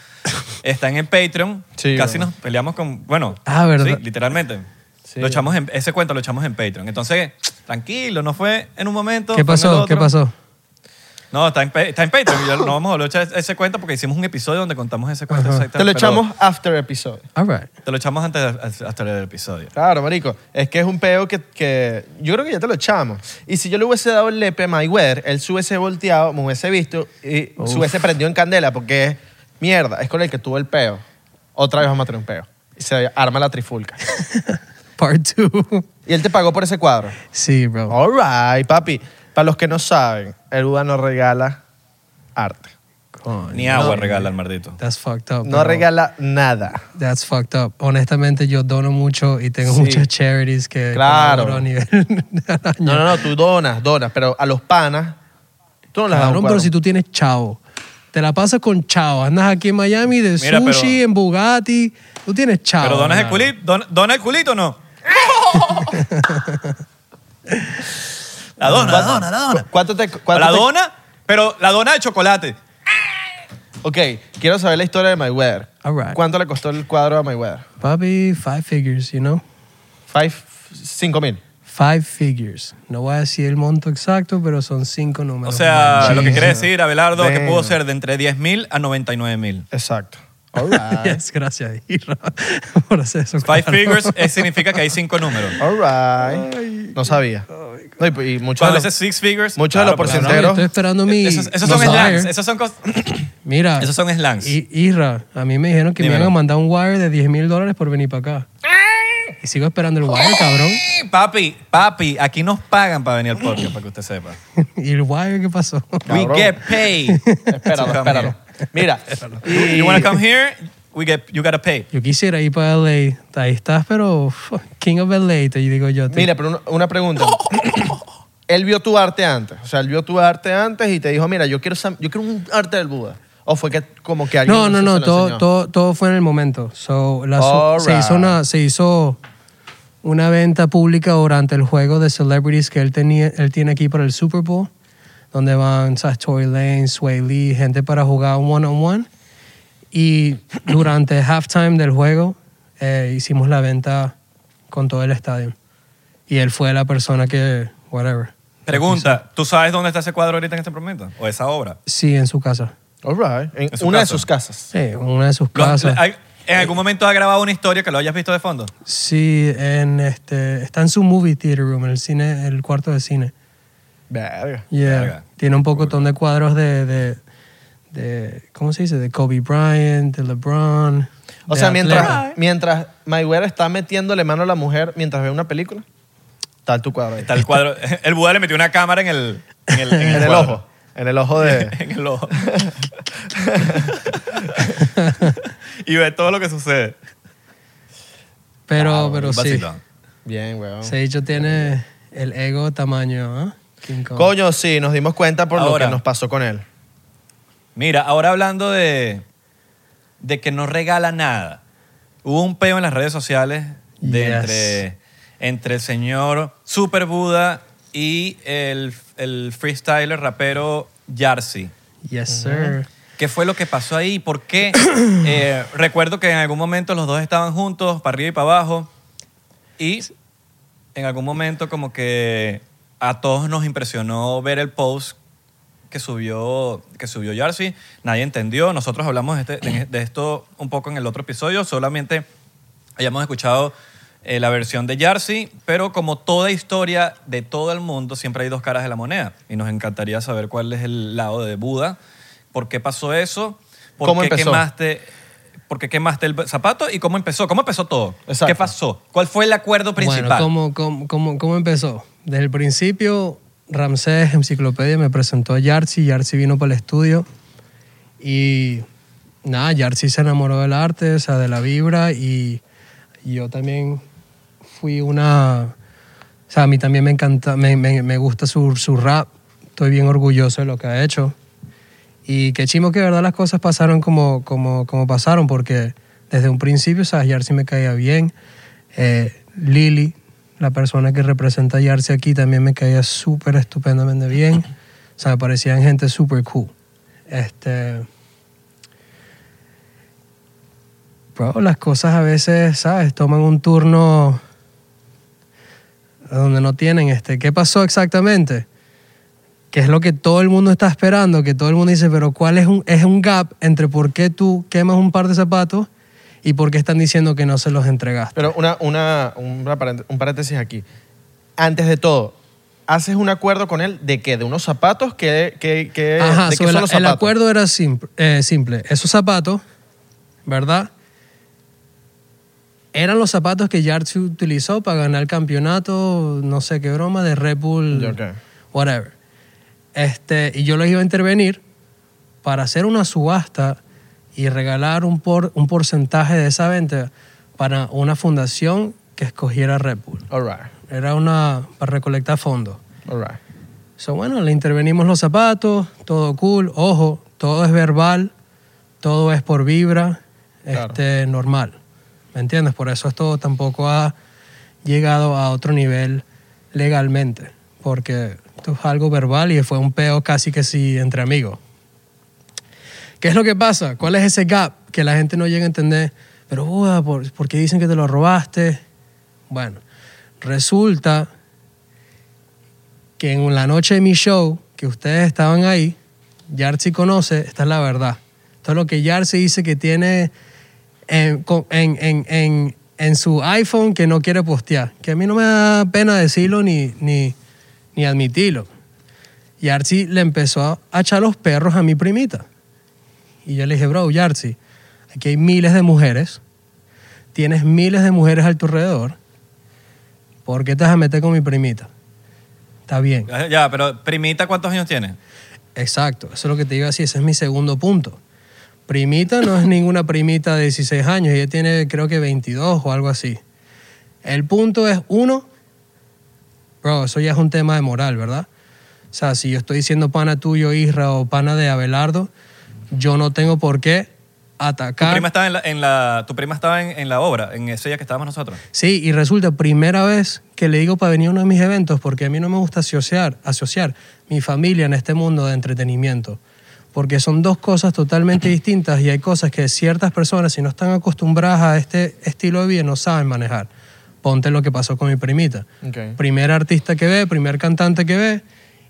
Está en el Patreon.
Sí,
casi
bueno.
nos peleamos con. Bueno,
Ah, ¿verdad?
sí, literalmente.
Sí.
Lo echamos en- ese cuento lo echamos en Patreon. Entonces, tranquilo, no fue en un momento.
¿Qué
fue en el
pasó? ¿Qué
otro.
pasó?
No, está en, Pa- está en Patreon. y ya no vamos a hablar de ese- ese cuento porque hicimos un episodio donde contamos ese cuento. exactamente,
te lo
pero
echamos after episode.
All right.
Te lo echamos antes de- hasta el episodio.
Claro, marico. Es que es un peo que, que- yo creo que ya te lo echamos. Y si yo le hubiese dado el lepe a Mayweather, él se hubiese volteado, me hubiese visto y se hubiese prendido en candela porque es mierda, es con el que tuvo el peo. Otra vez vamos a tener un peo. Y se arma la trifulca.
Part two.
y él te pagó por ese cuadro.
Sí, bro.
All right, papi. Para los que no saben, el Buda no regala arte.
Coño,
Ni agua regala el maldito.
That's fucked up.
No
bro.
regala nada.
That's fucked up. Honestamente, yo dono mucho y tengo
Sí.
muchas charities que
Claro.
colaboro a nivel al año.
No, no, no, tú donas, donas, pero a los panas, tú no les das un
Cabrón, pero
cuadro.
si tú tienes chavo, te la pasas con chavo, andas aquí en Miami de
Mira,
sushi,
pero-
en Bugatti, tú tienes chavo.
Pero donas el
hermano.
culito, don- dona el culito o no. la dona, la dona, la dona.
¿Cuánto te, cuánto
La
te-
dona, pero la dona de chocolate.
Ok, quiero saber la historia de Mayweather.
All right.
¿Cuánto le costó el cuadro a Mayweather?
Papi, five figures, you know?
Five, cinco mil.
Five figures. No voy a decir el monto exacto, pero son cinco números.
O sea, lo que quiere
crees
decir, Abelardo, que
Damn.
pudo ser de entre 10 mil a 99 mil.
Exacto. All right.
Yes, gracias, Isra, por hacer eso.
Five
claro.
figures eh, significa que hay cinco números.
All right. No sabía.
Oh
No, y, y muchos, de
Cuando
los,
dice six figures.
muchos de los
claro,
Cabrón,
porcenteros.
Estoy esperando mi.
Esos, esos
mi
son
wire.
slangs. Esos son, cos-
Mira,
esos son slangs.
I- Isra, a mí me dijeron que me
Dímelo.
iban a mandar un wire de 10 mil dólares por venir para acá. Y sigo esperando el wire, cabrón.
Eh, Papi, papi, aquí nos pagan para venir al podcast, para que usted sepa.
¿Y el wire qué pasó?
We
Cabrón.
get paid.
Espéralo,
To come
espéralo. Mira.
here.
y-
You wanna come here? We get, you gotta pay.
Yo quisiera ir para LA. Ahí estás, pero uf, King of LA, te digo yo. tío.
Mira, pero una, una pregunta. él vio tu arte antes. O sea, él vio tu arte antes y te dijo, mira, yo quiero, esa- yo quiero un arte del Buda. ¿O fue que como que alguien
No, no,
se
no,
lo
todo,
enseñó?
todo, todo fue en el momento. So, la so- se,
Alright.
hizo una, se hizo una venta pública durante el juego de celebrities que él, tenía, él tiene aquí para el Super Bowl, donde van ¿sabes? Tory Lane, Sway Lee, gente para jugar one-on-one. Y durante halftime del juego eh, hicimos la venta con todo el estadio. Y él fue la persona que, whatever.
Pregunta, ¿tú sabes dónde está ese cuadro ahorita en este momento? ¿O esa obra?
Sí, en su casa.
All right. En
En su
una de
casa.
sus casas.
Sí, en una de sus
Lo-
casas.
hay- ¿En algún momento has grabado una historia que lo hayas visto de fondo?
Sí, en este, está en su movie theater room, el cine, el cuarto de cine.
Verga.
Yeah.
Verga.
Tiene un pocotón de cuadros de, de, de- ¿cómo se dice? De Kobe Bryant, de LeBron.
O
de
sea, mientras,
atletas.
mientras Mayweather está metiéndole mano a la mujer mientras ve una película, está tu cuadro ahí.
Está el cuadro. El Buda le metió una cámara en el, en el, en el
en el
cuadro.
ojo. En el ojo de...
en el ojo. y ve todo lo que sucede.
Pero,
Ah,
pero
un
sí.
vacilón.
Bien, weón.
Ese dicho tiene el ego tamaño, ¿ah? King Kong.
Coño, sí, nos dimos cuenta por
Ahora.
lo que nos pasó con él.
Mira, ahora hablando de, de que no regala nada. Hubo un peo en las redes sociales de
Yes.
entre, entre el señor Super Buda y el, el freestyler rapero Yarsi.
Yes, sir.
¿Qué fue lo que pasó ahí? ¿Por qué? Eh, recuerdo que en algún momento los dos estaban juntos, para arriba y para abajo, y en algún momento como que a todos nos impresionó ver el post que subió que subió Yarsi. Nadie entendió. Nosotros hablamos de, este- de- de esto un poco en el otro episodio. Solamente hayamos escuchado eh, la versión de Yarsi, pero como toda historia de todo el mundo, siempre hay dos caras de la moneda. Y nos encantaría saber cuál es el lado de Buda. ¿Por qué pasó eso? ¿Por
¿Cómo
qué
empezó?
quemaste? ¿Por qué quemaste el zapato? ¿Y cómo empezó? ¿Cómo empezó todo?
Exacto.
¿Qué pasó? ¿Cuál fue el acuerdo principal?
Bueno, ¿cómo, cómo, cómo, cómo empezó? Desde el principio, Ramsés Enciclopedia me presentó a Yarsi, Yarsi vino para el estudio y nada, Yarsi se enamoró del arte, o sea, de la vibra y yo también fui una... O sea, a mí también me encanta, me, me- me gusta su, su rap, estoy bien orgulloso de lo que ha hecho. Y qué chimo que de verdad las cosas pasaron como, como, como pasaron, porque desde un principio, sabes, Yarsi me caía bien. Eh, Lili, la persona que representa a Yarsi aquí, también me caía súper estupendamente bien. O sea, me parecían gente súper cool. Este. Bro, las cosas a veces, ¿sabes? Toman un turno donde no tienen este. ¿Qué pasó exactamente? que es lo que todo el mundo está esperando, que todo el mundo dice, pero ¿cuál es un, es un gap entre por qué tú quemas un par de zapatos y por qué están diciendo que no se los entregaste?
Pero una, una, una parent- un paréntesis aquí. Antes de todo, haces un acuerdo con él de qué? De unos zapatos que, que, que
Ajá,
de qué
so el,
son los
el
zapatos.
acuerdo era simple, eh, simple. Esos zapatos, ¿verdad? Eran los zapatos que Yartzi utilizó para ganar el campeonato, no sé qué broma, de Red Bull,
Ya, ok.
whatever. Este, y yo los iba a intervenir para hacer una subasta y regalar un, por, un porcentaje de esa venta para una fundación que escogiera Red Bull.
All right,
Era una para recolectar fondos.
all right.
So, bueno, le intervenimos los zapatos, todo cool, ojo, todo es verbal, todo es por vibra,
Claro.
este, normal. ¿Me entiendes? Por eso esto tampoco ha llegado a otro nivel legalmente, porque esto es algo verbal y fue un peo casi que sí entre amigos. ¿Qué es lo que pasa? ¿Cuál es ese gap que la gente no llega a entender? Pero, Buda, ¿por, por qué dicen que te lo robaste? Bueno, resulta que en la noche de mi show, que ustedes estaban ahí, Yarsi conoce, esta es la verdad. Esto es lo que Yarsi dice que tiene en, co- en- en- en- en su iPhone que no quiere postear. Que a mí no me da pena decirlo ni, ni, ni admitirlo. Yarsi le empezó a, a echar los perros a mi primita. Y yo le dije, bro, Yarsi, aquí hay miles de mujeres. Tienes miles de mujeres a tu alrededor. ¿Por qué te vas a meter con mi primita? Está bien.
Ah, Ya, pero primita, ¿cuántos años tiene?
Exacto, eso es lo que te iba a decir, ese es mi segundo punto. Primita no es ninguna primita de 16 años, ella tiene creo que 22 o algo así. El punto es, uno, bro, eso ya es un tema de moral, ¿verdad? O sea, si yo estoy diciendo pana tuyo, Isra, o pana de Abelardo, yo no tengo por qué
Tu
atacar.
prima estaba en la, en la- tu prima estaba en, en la obra, en ese día que estábamos nosotros.
Sí, y resulta, primera vez que le digo para venir a uno de mis eventos, porque a mí no me gusta asociar, asociar mi familia en este mundo de entretenimiento. Porque son dos cosas totalmente distintas y hay cosas que ciertas personas, si no están acostumbradas a este estilo de vida, no saben manejar. Ponte lo que pasó con mi primita.
Ok.
Primer artista que ve, primer cantante que ve,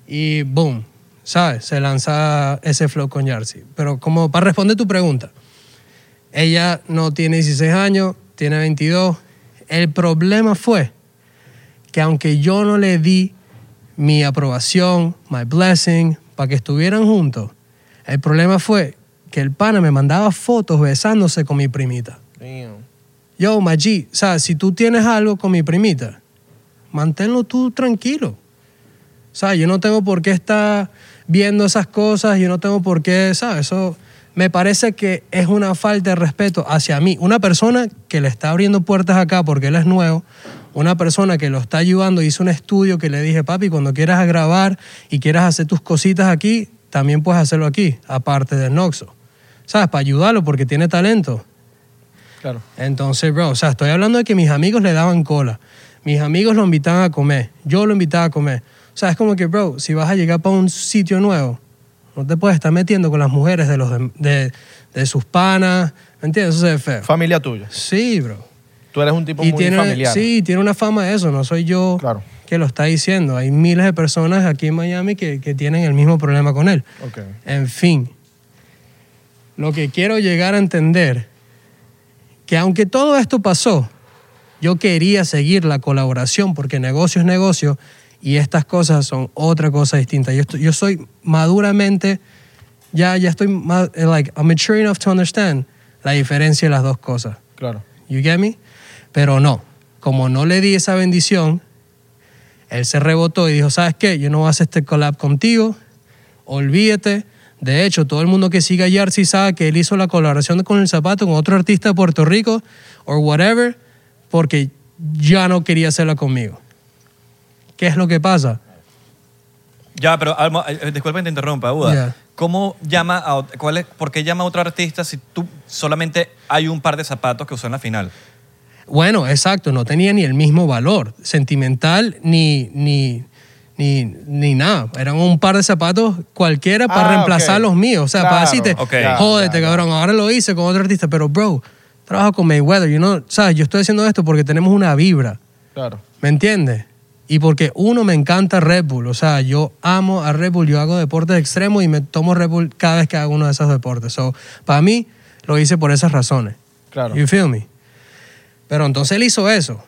y boom, ¿sabes? Se lanza ese flow con Yarsi. Pero como para responder tu pregunta, ella no tiene 16 años, tiene 22. El problema fue que aunque yo no le di mi aprobación, my blessing, para que estuvieran juntos, el problema fue que el pana me mandaba fotos besándose con mi primita.
Damn.
Yo, Maggi, o sea, si tú tienes algo con mi primita, manténlo tú tranquilo. O sea, yo no tengo por qué estar viendo esas cosas, yo no tengo por qué, ¿sabes? Eso me parece que es una falta de respeto hacia mí. Una persona que le está abriendo puertas acá porque él es nuevo, una persona que lo está ayudando, hizo un estudio que le dije, papi, cuando quieras grabar y quieras hacer tus cositas aquí, también puedes hacerlo aquí, aparte del Noxo. ¿Sabes? Para ayudarlo porque tiene talento.
Claro.
Entonces, bro, o sea, estoy hablando de que mis amigos le daban cola. Mis amigos lo invitaban a comer. Yo lo invitaba a comer. O sea, es como que, bro, si vas a llegar para un sitio nuevo, no te puedes estar metiendo con las mujeres de, los dem- de, de sus panas. ¿Me entiendes? Eso se ve feo.
Familia tuya.
Sí, bro.
Tú eres un tipo muy
tiene,
familiar.
Sí, tiene una fama de eso. No soy yo
Claro.
que lo está diciendo. Hay miles de personas aquí en Miami que, que tienen el mismo problema con él.
Ok.
En fin, lo que quiero llegar a entender, que aunque todo esto pasó, yo quería seguir la colaboración porque negocio es negocio y estas cosas son otra cosa distinta. Yo, estoy- yo soy maduramente, ya, ya estoy, ma- like, I'm mature enough to understand la diferencia de las dos cosas.
Claro.
You get me? Pero no, como no le di esa bendición, él se rebotó y dijo, ¿sabes qué? Yo no voy a hacer este collab contigo, olvídate. De hecho, todo el mundo que siga a Yarsi sabe que él hizo la colaboración con El Zapato con otro artista de Puerto Rico o whatever, porque ya no quería hacerla conmigo. ¿Qué es lo que pasa?
Ya, pero Alma, eh, eh, disculpa que te interrumpa, Uda.
Ya.
¿Cómo llama a, ot- cuál es- ¿Por qué llama a otro artista si tú solamente hay un par de zapatos que usó en la final?
Bueno, exacto, no tenía ni el mismo valor sentimental ni, ni, ni, ni nada. Eran un par de zapatos cualquiera para
Ah,
reemplazar
ok.
los míos. O sea, para
Claro,
decirte,
ok. Ya,
jódete, cabrón, ahora lo hice con otro artista, pero bro, trabajo con Mayweather, you know, ¿sabes? Yo estoy haciendo esto porque tenemos una vibra.
Claro.
¿Me entiendes? Y porque uno me encanta Red Bull, o sea, yo amo a Red Bull, yo hago deportes extremos y me tomo Red Bull cada vez que hago uno de esos deportes. So, para mí lo hice por esas razones.
Claro.
You feel me? Pero entonces él hizo eso.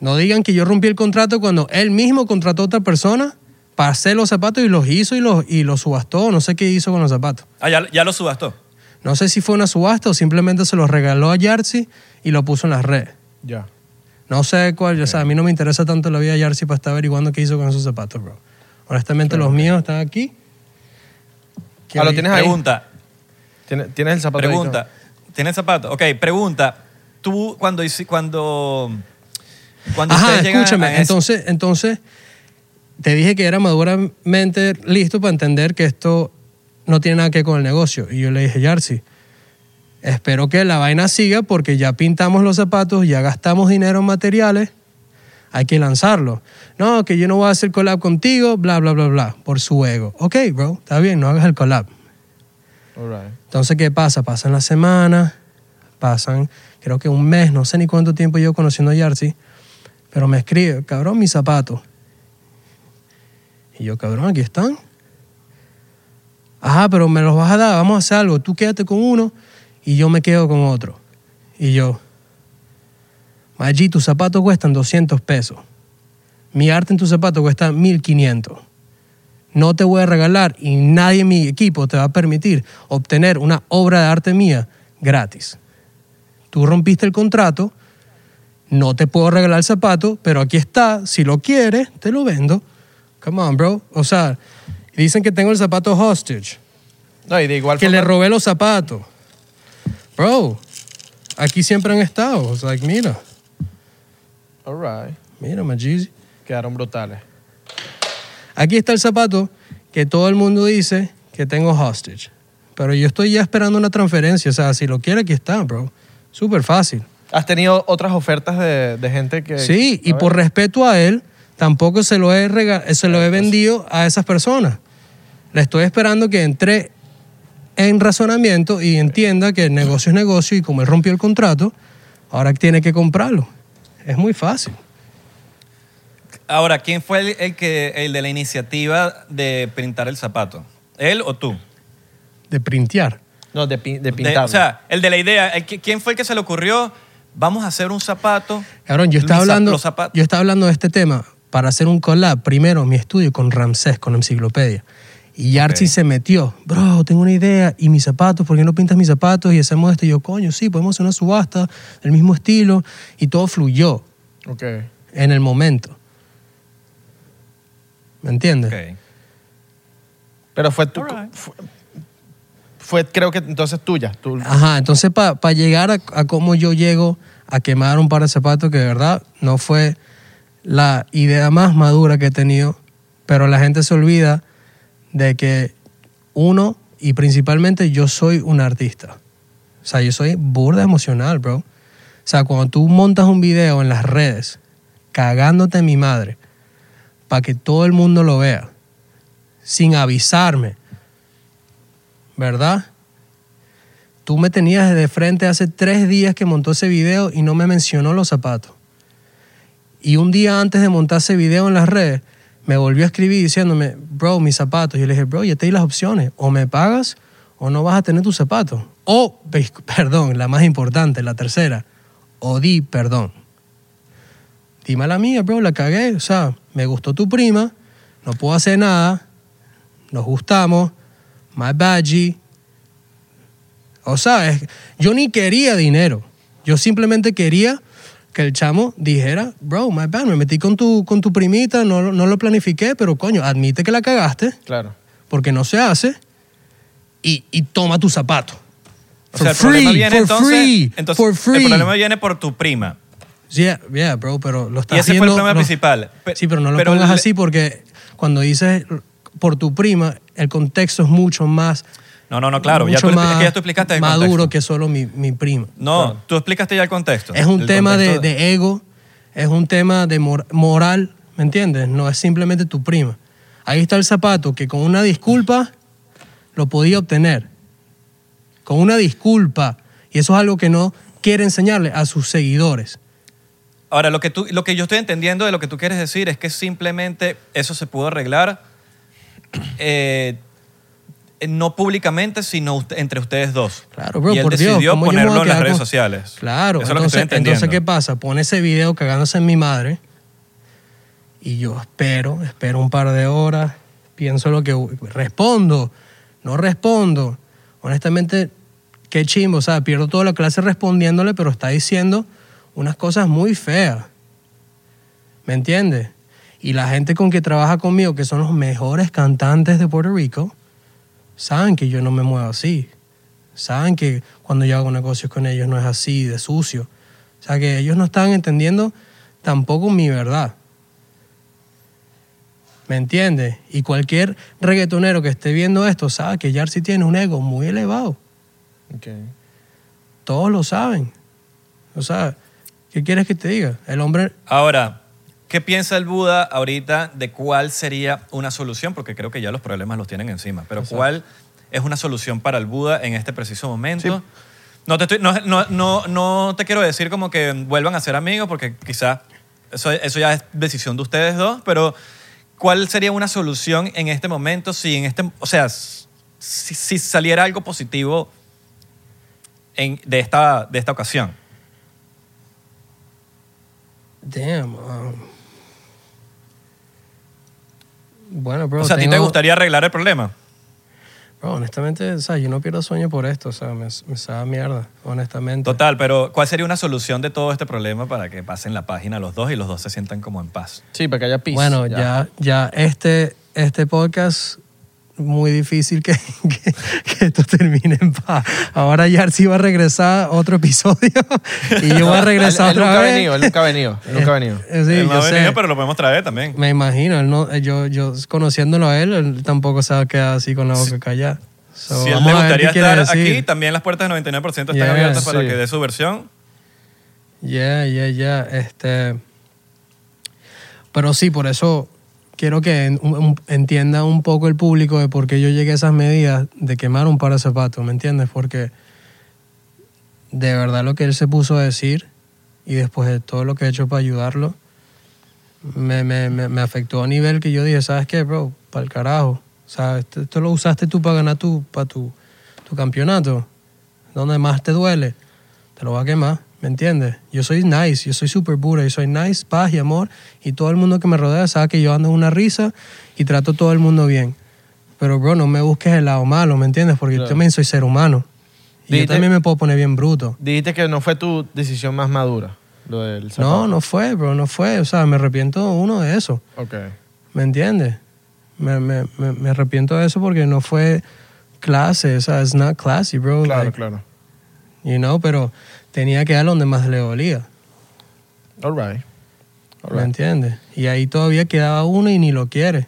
No digan que yo rompí el contrato cuando él mismo contrató a otra persona para hacer los zapatos y los hizo y los, y los subastó, no sé qué hizo con los zapatos.
Ah, ya, ya lo subastó.
No sé si fue una subasta o simplemente se los regaló a Yarsi y lo puso en las redes.
Ya.
No sé cuál, o sea, a mí no me interesa tanto la vida de Yarsi para estar averiguando qué hizo con esos zapatos, bro. Honestamente, los míos están aquí.
Ah, lo tienes ahí.
Pregunta,
¿Tienes, tienes el zapato
pregunta. ¿Tienes zapatos? Ok, pregunta. Tú cuando hici- cuando cuando
Ajá,
ustedes llegan
escúchame.
a ese-
Entonces, entonces, te dije que era maduramente listo para entender que esto no tiene nada que ver con el negocio. Y yo le dije, Yarsi, espero que la vaina siga porque ya pintamos los zapatos, ya gastamos dinero en materiales, hay que lanzarlo. No, que yo no voy a hacer collab contigo, bla, bla, bla, bla, por su ego. Ok, bro, está bien, no hagas el collab.
All right.
Entonces, ¿qué pasa? Pasan las semanas, pasan, creo que un mes, no sé ni cuánto tiempo llevo conociendo a Yarsi, pero me escribe, cabrón, mis zapatos. Y yo, cabrón, aquí están. Ajá, pero me los vas a dar, vamos a hacer algo. Tú quédate con uno y yo me quedo con otro. Y yo, Maggi, tus zapatos cuestan 200 pesos. Mi arte en tus zapatos cuesta 1500 no te voy a regalar y nadie en mi equipo te va a permitir obtener una obra de arte mía gratis. Tú rompiste el contrato, no te puedo regalar el zapato, pero aquí está, si lo quieres, te lo vendo. Come on, bro. O sea, dicen que tengo el zapato hostage,
No, y de igual
que
forma.
le robé los zapatos. Bro, aquí siempre han estado. O sea, mira,
All right.
mira, Majizzi.
Quedaron brutales.
Aquí está el zapato que todo el mundo dice que tengo hostage. Pero yo estoy ya esperando una transferencia. O sea, si lo quiere, aquí está, bro. Súper fácil.
¿Has tenido otras ofertas de, de gente que...
Sí, y
a ver.
por respeto a él, tampoco se lo he, rega- eh, se lo he vendido a esas personas. Le estoy esperando que entre en razonamiento y entienda que el negocio es negocio y como él rompió el contrato, ahora tiene que comprarlo. Es muy fácil.
Ahora, ¿quién fue el, el que, el de la iniciativa de pintar el zapato? ¿Él o tú?
De printear.
No, de, pin- de
De-
pintarlo.
o sea, el de la idea. el que- ¿Quién fue el que se le ocurrió? Vamos a hacer un zapato.
Cabrón, yo estaba,
Los zap-
hablando,
los zapatos.
yo estaba hablando de este tema para hacer un collab. Primero, mi estudio con Ramsés, con Enciclopedia. Y Archie se metió. Bro, tengo una idea. ¿Y mis zapatos? ¿Por qué no pintas mis zapatos? Y hacemos esto. Y yo, coño, sí, podemos hacer una subasta del mismo estilo. Y todo fluyó
ok.
en el momento. ¿Me entiendes?
Ok.
Pero fue tu... Fue, fue, creo que entonces tuya. Tú,
Ajá, entonces para llegar a, a cómo yo llego a quemar un par de zapatos que de verdad no fue la idea más madura que he tenido, pero la gente se olvida de que uno y principalmente yo soy un artista. O sea, yo soy burda emocional, bro. O sea, cuando tú montas un video en las redes cagándote en mi madre para que todo el mundo lo vea sin avisarme, ¿verdad? Tú me tenías de frente hace tres días que montó ese video y no me mencionó los zapatos. Y un día antes de montar ese video en las redes, me volvió a escribir diciéndome, bro, mis zapatos. Yo le dije, bro, ya te di las opciones. O me pagas o no vas a tener tus zapatos. O, pe- perdón, la más importante, la tercera. O di perdón. Di mala mía, bro, la cagué. O sea, me gustó tu prima, no puedo hacer nada, nos gustamos, my badgie. O sea, es- yo ni quería dinero. Yo simplemente quería que el chamo dijera, bro, my bad, me metí con tu, con tu primita, no, lo- no lo planifiqué, pero coño, admite que la cagaste,
claro.
porque no se hace, y, y toma tu zapato.
O sea, el problema viene entonces. entonces, El problema viene por tu prima.
Yeah, yeah, bro, pero lo estás
ese fue el
haciendo-
problema
no-
principal. Pe-
sí, pero no lo
pero
pongas
le-
así porque cuando dices por tu prima, el contexto es mucho más.
No, no, no, claro. Ya
mucho
tú, es
más
que ya tú explicaste el
Maduro
contexto.
que solo mi, mi prima.
No, tú explicaste ya el contexto.
Es un
El
tema de,
contexto-
de ego, es un tema de mor- moral, ¿me entiendes? No es simplemente tu prima. Ahí está el zapato que con una disculpa lo podía obtener. Con una disculpa. Y eso es algo que no quiere enseñarle a sus seguidores.
Ahora, lo que, tú, lo que yo estoy entendiendo de lo que tú quieres decir es que simplemente eso se pudo arreglar eh, no públicamente, sino usted- entre ustedes dos.
Claro, bro,
y él
por Dios.
decidió
¿cómo yo me
ponerlo
voy a
en las
quedar
redes
con-
sociales.
Claro,
Eso es lo que
entonces,
estoy entendiendo.
entonces, ¿qué pasa? Pone ese video cagándose en mi madre y yo espero, espero un par de horas, pienso lo que... Respondo, no respondo. Honestamente, qué chimbo, o sea, pierdo toda la clase respondiéndole, pero está diciendo unas cosas muy feas. ¿Me entiendes? Y la gente con que trabaja conmigo, que son los mejores cantantes de Puerto Rico, saben que yo no me muevo así. Saben que cuando yo hago negocios con ellos no es así, de sucio. O sea, que ellos no están entendiendo tampoco mi verdad. ¿Me entiendes? Y cualquier reggaetonero que esté viendo esto sabe que Yarsi tiene un ego muy elevado.
Ok.
Todos lo saben. O sea, ¿qué quieres que te diga? El hombre
Ahora, ¿qué piensa el Buda ahorita de cuál sería una solución? Porque creo que ya los problemas los tienen encima. Pero ¿cuál es una solución para el Buda en este preciso momento? No, te estoy- no, no- no- no te quiero decir como que vuelvan a ser amigos, porque quizás eso, eso ya es decisión de ustedes dos, pero ¿cuál sería una solución en este momento si en este, o sea, si, si saliera algo positivo en- de, esta, de esta ocasión?
Damn. um, Bueno, bro.
o sea, ¿a ti te
tengo-
gustaría arreglar el problema?
Bro, honestamente, o sea, yo no pierdo sueño por esto. O sea, me, me sabe a mierda, honestamente.
Total, pero ¿cuál sería una solución de todo este problema para que pasen la página los dos y los dos se sientan como en paz?
Sí, para que haya piso.
Bueno, ya, ya, este, este podcast muy difícil que, que, que esto termine en paz. Ahora Yarsi va a regresar a otro episodio y yo voy a regresar
él, él
otra
nunca ha
vez.
venido, él nunca ha venido, él nunca ha venido.
Eh, sí,
Él no
yo
ha
sé.
venido, pero lo podemos traer también.
eh, Me imagino, él no, yo, yo conociéndolo a él, él tampoco se va a quedar así con la boca callada. So,
si él
vamos
le
a ver
gustaría
qué quiere
estar aquí,
decir.
también las puertas del 99% están
Yeah,
abiertas para
sí.
que dé su versión.
Ya, ya, ya. Este. Pero sí, por eso quiero que en- un- un- entienda un poco el público de por qué yo llegué a esas medidas de quemar un par de zapatos, ¿me entiendes? Porque de verdad lo que él se puso a decir y después de todo lo que he hecho para ayudarlo, me, me- me- me afectó a nivel que yo dije, ¿sabes qué, bro? Para el carajo. ¿Sabes? Esto, esto lo usaste tú para ganar tu, para tu, tu campeonato. Donde más te duele, te lo va a quemar. ¿Me entiendes? Yo soy nice, yo soy súper puro, yo soy nice, paz y amor. Y todo el mundo que me rodea sabe que yo ando en una risa y trato a todo el mundo bien. Pero, bro, no me busques el lado malo, ¿me entiendes? Porque yo también soy ser humano. Y yo
Dijiste-
también me puedo poner bien bruto.
Dijiste que no fue tu decisión más madura, lo del
No, no fue, bro, no fue. O sea, me arrepiento uno de eso.
No. Ok.
¿Me entiendes? Me, me- me- me arrepiento de eso porque no fue clase. O sea, it's not classy, bro.
Claro,
like,
claro.
You know, pero tenía que dar donde más le dolía.
All right. All
¿Me
right.
entiendes? Y ahí todavía quedaba uno y ni lo quiere.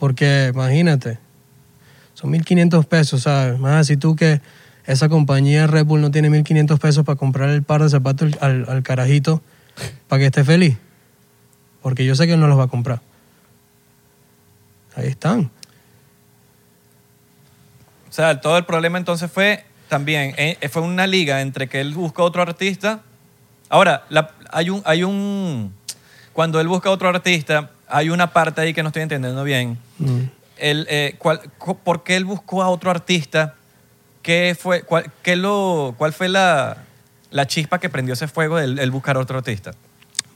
Porque, imagínate, son 1.500 pesos, ¿sabes? Más si tú que esa compañía Red Bull no tiene 1.500 pesos para comprar el par de zapatos al, al carajito para que esté feliz. Porque yo sé que él no los va a comprar. Ahí están.
O sea, todo el problema entonces fue también, eh, fue una liga entre que él busca otro artista. Ahora, la- hay, un, hay un, cuando él busca otro artista, hay una parte ahí que no estoy entendiendo bien.
Mm.
El, eh, cuál- co- ¿Por qué él buscó a otro artista? ¿Qué fue, cuál, qué lo, cuál fue la, la chispa que prendió ese fuego del el buscar otro artista?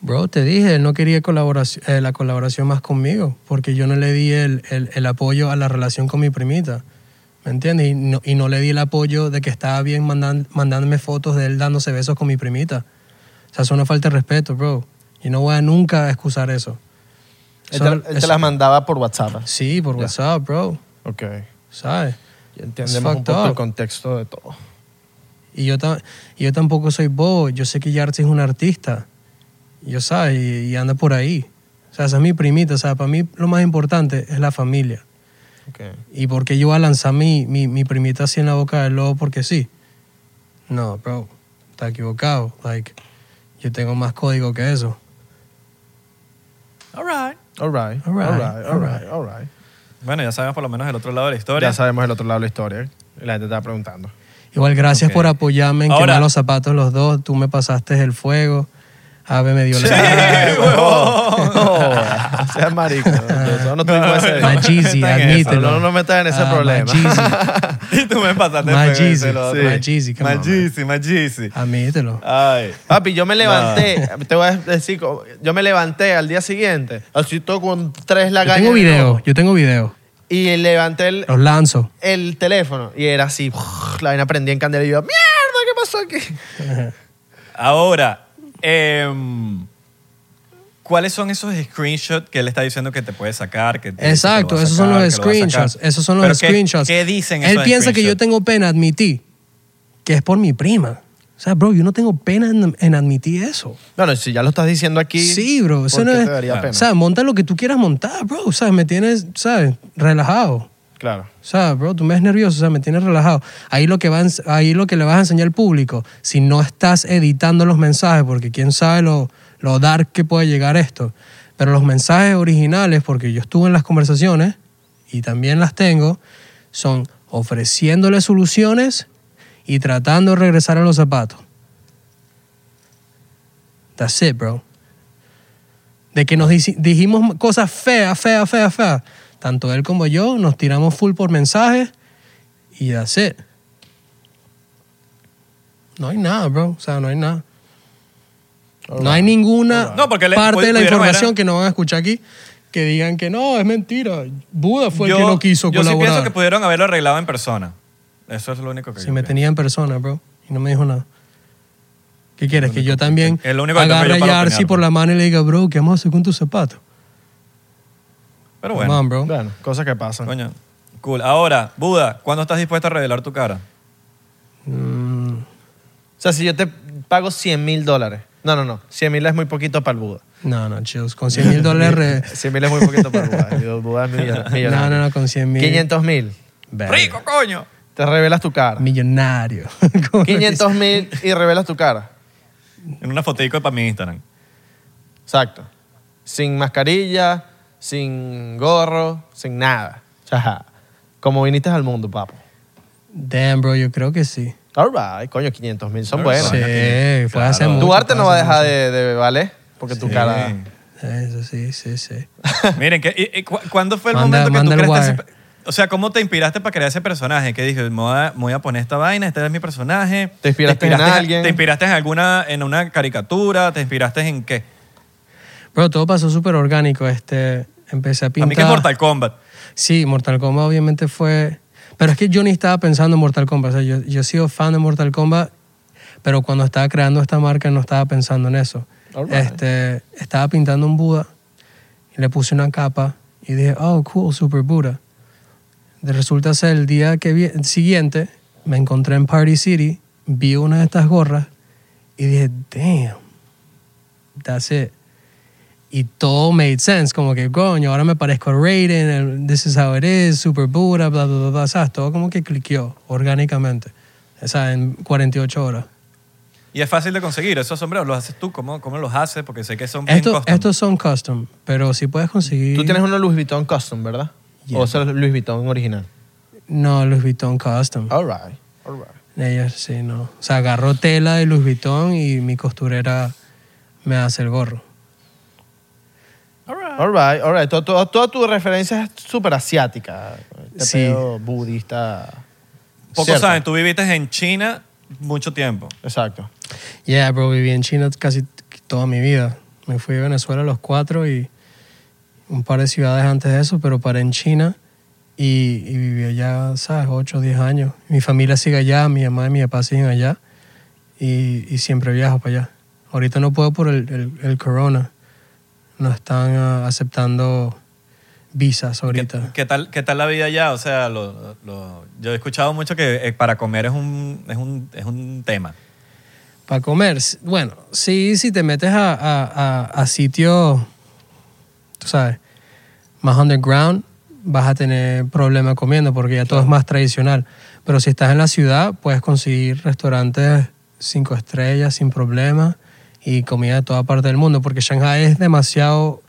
Bro, te dije, él no quería colaboración, eh, la colaboración más conmigo, porque yo no le di el, el- el apoyo a la relación con mi primita. ¿Me entiendes? Y no, y no le di el apoyo de que estaba bien mandan- mandándome fotos de él dándose besos con mi primita. O sea, eso no falta de respeto, bro. Y no voy a nunca excusar eso.
Él
Eso-
te, él te
eso-
las mandaba por WhatsApp.
Sí, por WhatsApp, bro.
Ok.
¿Sabes? It's
Ya entendemos
fucked
un poco el
up.
contexto de todo.
Y yo, ta- y yo tampoco soy bobo. Yo sé que Yartzi es un artista. Yo sabes, y, y anda por ahí. O sea, esa es mi primita. O sea, para mí lo más importante es la familia.
Ok.
¿Y por qué yo voy a lanzar mi, mi, mi primita así en la boca del lobo porque sí? No, bro. Está equivocado. Like, yo tengo más código que eso.
All right.
All
All right,
right. All right. All
all
right.
right.
All right.
Bueno, ya sabemos por lo menos el otro lado de la historia.
Ya sabemos el otro lado de la historia. La gente estaba preguntando.
Igual, gracias
Ok.
por apoyarme en
Ahora-
quemar los zapatos los dos. Tú me pasaste el fuego. Ave me dio la
No, seas marico. Nosotros no tuvimos ese-
My Jeezy,
Está en eso,
admítelo.
no, no nos metas en ese
Ah, my
problema.
Jeezy.
y tú me pasaste.
My
el fuego,
Jeezy,
ese lo otro.
my Jeezy, come
My
on, man.
Jeezy, my Jeezy.
Admítelo.
Ay.
Papi, yo me levanté, te voy a decir, como- yo me levanté al día siguiente, así todo con tres
Yo
lagañas.
tengo
en el ojo.
video, yo tengo video.
Y levanté el,
Los lanzo.
el teléfono y era así, la vaina prendía en candela y yo, mierda, ¿qué pasó aquí?
Ahora, em, ¿cuáles son esos screenshots que él está diciendo que te puedes sacar? que te dice que
Exacto,
lo va a
esos son
sacar, que
los
lo va a
screenshots.
sacar?
Esos son
Pero
los
¿qué-
screenshots.
¿Qué dicen
Él
esos
piensa que yo
screenshots?
tengo pena, admití que es por mi prima. O sea, bro, yo no tengo pena en, en admitir eso.
Bueno, si ya lo estás diciendo aquí,
Sí, bro. Eso
¿por
no
qué
es.
te daría
Claro.
pena?
O sea, monta lo que tú quieras montar, bro. O sea, me tienes, ¿sabes? Relajado.
claro.
O sea, bro, tú me ves nervioso, o sea, me tienes relajado. Ahí lo, que va, en- ahí lo que le vas a enseñar al público, si no estás editando los mensajes, porque quién sabe lo, lo dark que puede llegar esto. Pero los mensajes originales, porque yo estuve en las conversaciones y también las tengo, son ofreciéndole soluciones y tratando de regresar a los zapatos. That's it, bro. De que nos dici- dijimos cosas feas, feas, feas, feas. Tanto él como yo nos tiramos full por mensajes y that's it. No hay nada, bro. O sea, no hay nada. No hay ninguna
No, porque le-
parte de la
pudieron
información
haber-
que nos van a escuchar aquí que digan que no, es mentira. Buda fue
yo,
el que no quiso
yo sí
colaborar.
pienso que pudieron haberlo arreglado en persona. Eso es lo único que
si
yo
me
pienso.
tenía en persona, bro. Y no me dijo nada. ¿Qué quieres? Que yo también
el único que tengo
agarre
yo
a
para
Yarsi
opinar,
por
bro.
la mano y le diga, bro, ¿qué vamos a hacer con tus zapatos?
Pero bueno,
Come on, bro.
Bueno, cosas que pasan.
coño. Cool. Ahora, Buda, ¿cuándo estás dispuesto a revelar tu cara?
Mm,
O sea, si yo te pago 100 mil dólares. No, no, no. 100 mil es muy poquito para el Buda.
no, no, chicos. Con 100 mil dólares.
100 mil es muy poquito para el Buda. El Buda es millo-
No,
millonario.
no, no, con 100 mil.
500 mil.
Verga.
¡Rico, coño!
Te revelas tu cara.
Millonario. Como dice.
500 mil y revelas tu cara.
En una fotico para mi Instagram.
Exacto. Sin mascarilla, sin gorro, sin nada. Chaja. Como viniste al mundo, papo.
Damn, bro, yo creo que sí.
All right, coño, 500 mil son
Sí,
buenos.
puede
claro.
hacer mucho.
Tu arte no va a
puede hacer
dejar de, de valer porque tu cara...
mucho. Eso sí, sí, sí.
Miren, que, y- y cu- ¿cuándo fue el
Manda-
momento
manda
que
el
tú creaste ese,
wire.
pe- O sea, ¿cómo te inspiraste para crear ese personaje? Que dije, me voy a, me voy a poner esta vaina, este es mi personaje.
¿Te inspiraste en alguien?
¿Te inspiraste en alguna, en una caricatura? ¿Te inspiraste en qué?
Bro, todo pasó súper orgánico. Este, empecé a pintar.
A mí que es Mortal Kombat.
Sí, Mortal Kombat obviamente fue... Pero es que yo ni estaba pensando en Mortal Kombat. O sea, yo, yo he sido fan de Mortal Kombat, pero cuando estaba creando esta marca no estaba pensando en eso.
All right.
Este, estaba pintando un Buda y le puse una capa y dije, oh, cool, Super Buda. De- Resulta ser el día que vi- siguiente me encontré en Party City, vi una de estas gorras y dije, damn, that's it y todo made sense, como que coño, ahora me parezco a Raiden, el- this is how it is, Super Buddha, bla, bla, bla, bla, ¿sabes? Todo como que cliqueó orgánicamente, o sea, en 48 horas.
Y es fácil de conseguir. Esos sombreros los haces tú. ¿Cómo, cómo los haces? Porque sé que son bien
Esto-
custom.
estos son custom, pero si puedes conseguir...
Tú tienes uno Louis Vuitton Custom, ¿verdad?
Yeah.
O es el Louis Vuitton original.
No, Louis Vuitton custom.
All right, all right.
Ellos sí, no. O sea, agarro tela de Louis Vuitton y mi costurera me hace el gorro.
All right, all right. Todo- todo- Toda tu referencia es súper asiática. Este
Sí.
pedo budista.
Pocos
Cierto.
saben, tú viviste en China mucho tiempo.
Exacto.
Yeah, bro, viví en China casi t- toda mi vida. Me fui de Venezuela a los cuatro y un par de ciudades antes de eso, pero paré en China y, y viví allá, ¿sabes? Ocho, diez años. Mi familia sigue allá, mi mamá y mi papá siguen allá y, y siempre viajo para allá. Ahorita no puedo por el, el- el corona. No están ah, aceptando visas
¿Qué,
ahorita.
qué tal, ¿Qué tal la vida allá? O sea, lo- lo- yo he escuchado mucho que eh, para comer es un, es un, es un tema.
Para comer, s- bueno, sí, si te metes a, a, a- a sitio, tú sabes, más underground, vas a tener problemas comiendo porque ya todo es más tradicional. Pero si estás en la ciudad, puedes conseguir restaurantes cinco estrellas sin problema y comida de toda parte del mundo porque Shanghai es demasiado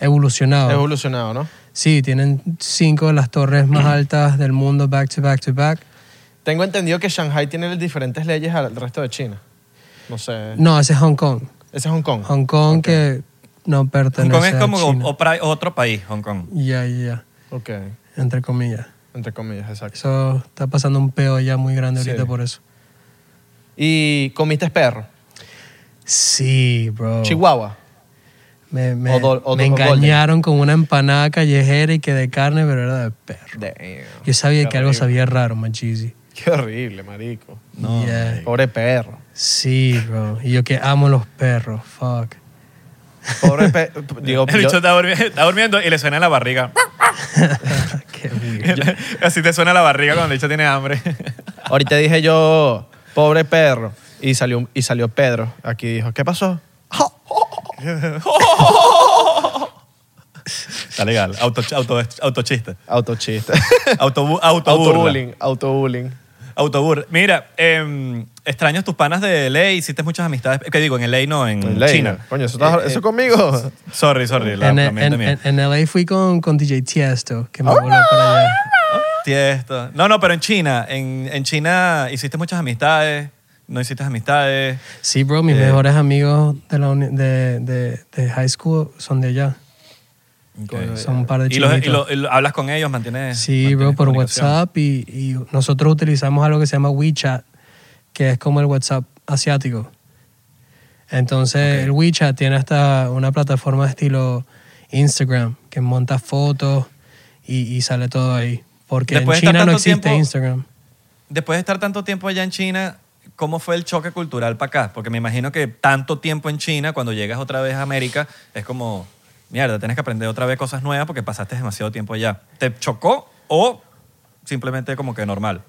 evolucionado.
Evolucionado, ¿no?
sí, tienen cinco de las torres más altas del mundo back to back to back.
Tengo entendido que Shanghai tiene diferentes leyes al resto de China. No sé.
No, ese es Hong Kong.
Ese es Hong Kong.
Hong Kong que no pertenece
Hong Kong es
a
como
China.
o- opra- otro país, Hong Kong.
Ya, ya,
Ok.
ya, entre comillas.
Entre comillas, exacto.
Eso está pasando un peo ya muy grande
Sí.
ahorita por eso.
¿Y comiste perro?
Sí,
Oh.
bro.
Chihuahua.
Me, me-
O dol- o
me
dol- o
engañaron con una empanada callejera y que de carne, pero era de perro. Yo sabía que algo sabía raro, machizi.
Qué horrible, marico.
No.
Yeah.
Pobre perro.
Sí, bro. Y yo que amo los perros, fuck.
Pobre perro. Digo,
El bicho
yo-
está, durmi- está durmiendo y le suena la barriga.
Qué weird.
Así te suena la barriga cuando el bicho tiene hambre.
ahorita dije yo, pobre perro. Y salió, y salió Pedro. Aquí dijo, ¿qué pasó?
está legal. Auto, auto, autochiste.
Autochiste.
Autobu, autoburla.
Autobullying. Autobullying.
Autobur. Mira, em, extrañas tus panas de LA, hiciste muchas amistades. ¿Qué digo? En LA no, en
Ley,
Mm, China.
Coño, eso, está-
Eh, eh,
eso conmigo.
Sorry, sorry, la,
en,
la
en,
mente mía.
en- en LA fui con, con DJ Tiesto,
Oh,
que me voló para allá.
Tiesto. No, no, pero en China. En, en China hiciste muchas amistades. No hiciste amistades.
Sí, bro, mis
Eh.
mejores amigos de, la uni- de, de, de high school son de allá. Son un par de
y, los- y
chinitos.
lo- y lo- hablas con ellos, mantienes.
Sí,
mantienes
bro, por
comunicación.
WhatsApp y, y nosotros utilizamos algo que se llama WeChat, que es como el WhatsApp asiático. Entonces el WeChat tiene hasta una plataforma de estilo Instagram, que monta fotos y, y sale todo ahí. Porque
Después de
en
estar
China no
tanto
existe
tiempo-
Instagram.
Después de estar tanto tiempo allá en China, ¿cómo fue el choque cultural para acá? Porque me imagino que tanto tiempo en China, cuando llegas otra vez a América, es como, mierda, tienes que aprender otra vez cosas nuevas porque pasaste demasiado tiempo allá. ¿Te chocó o simplemente como que normal?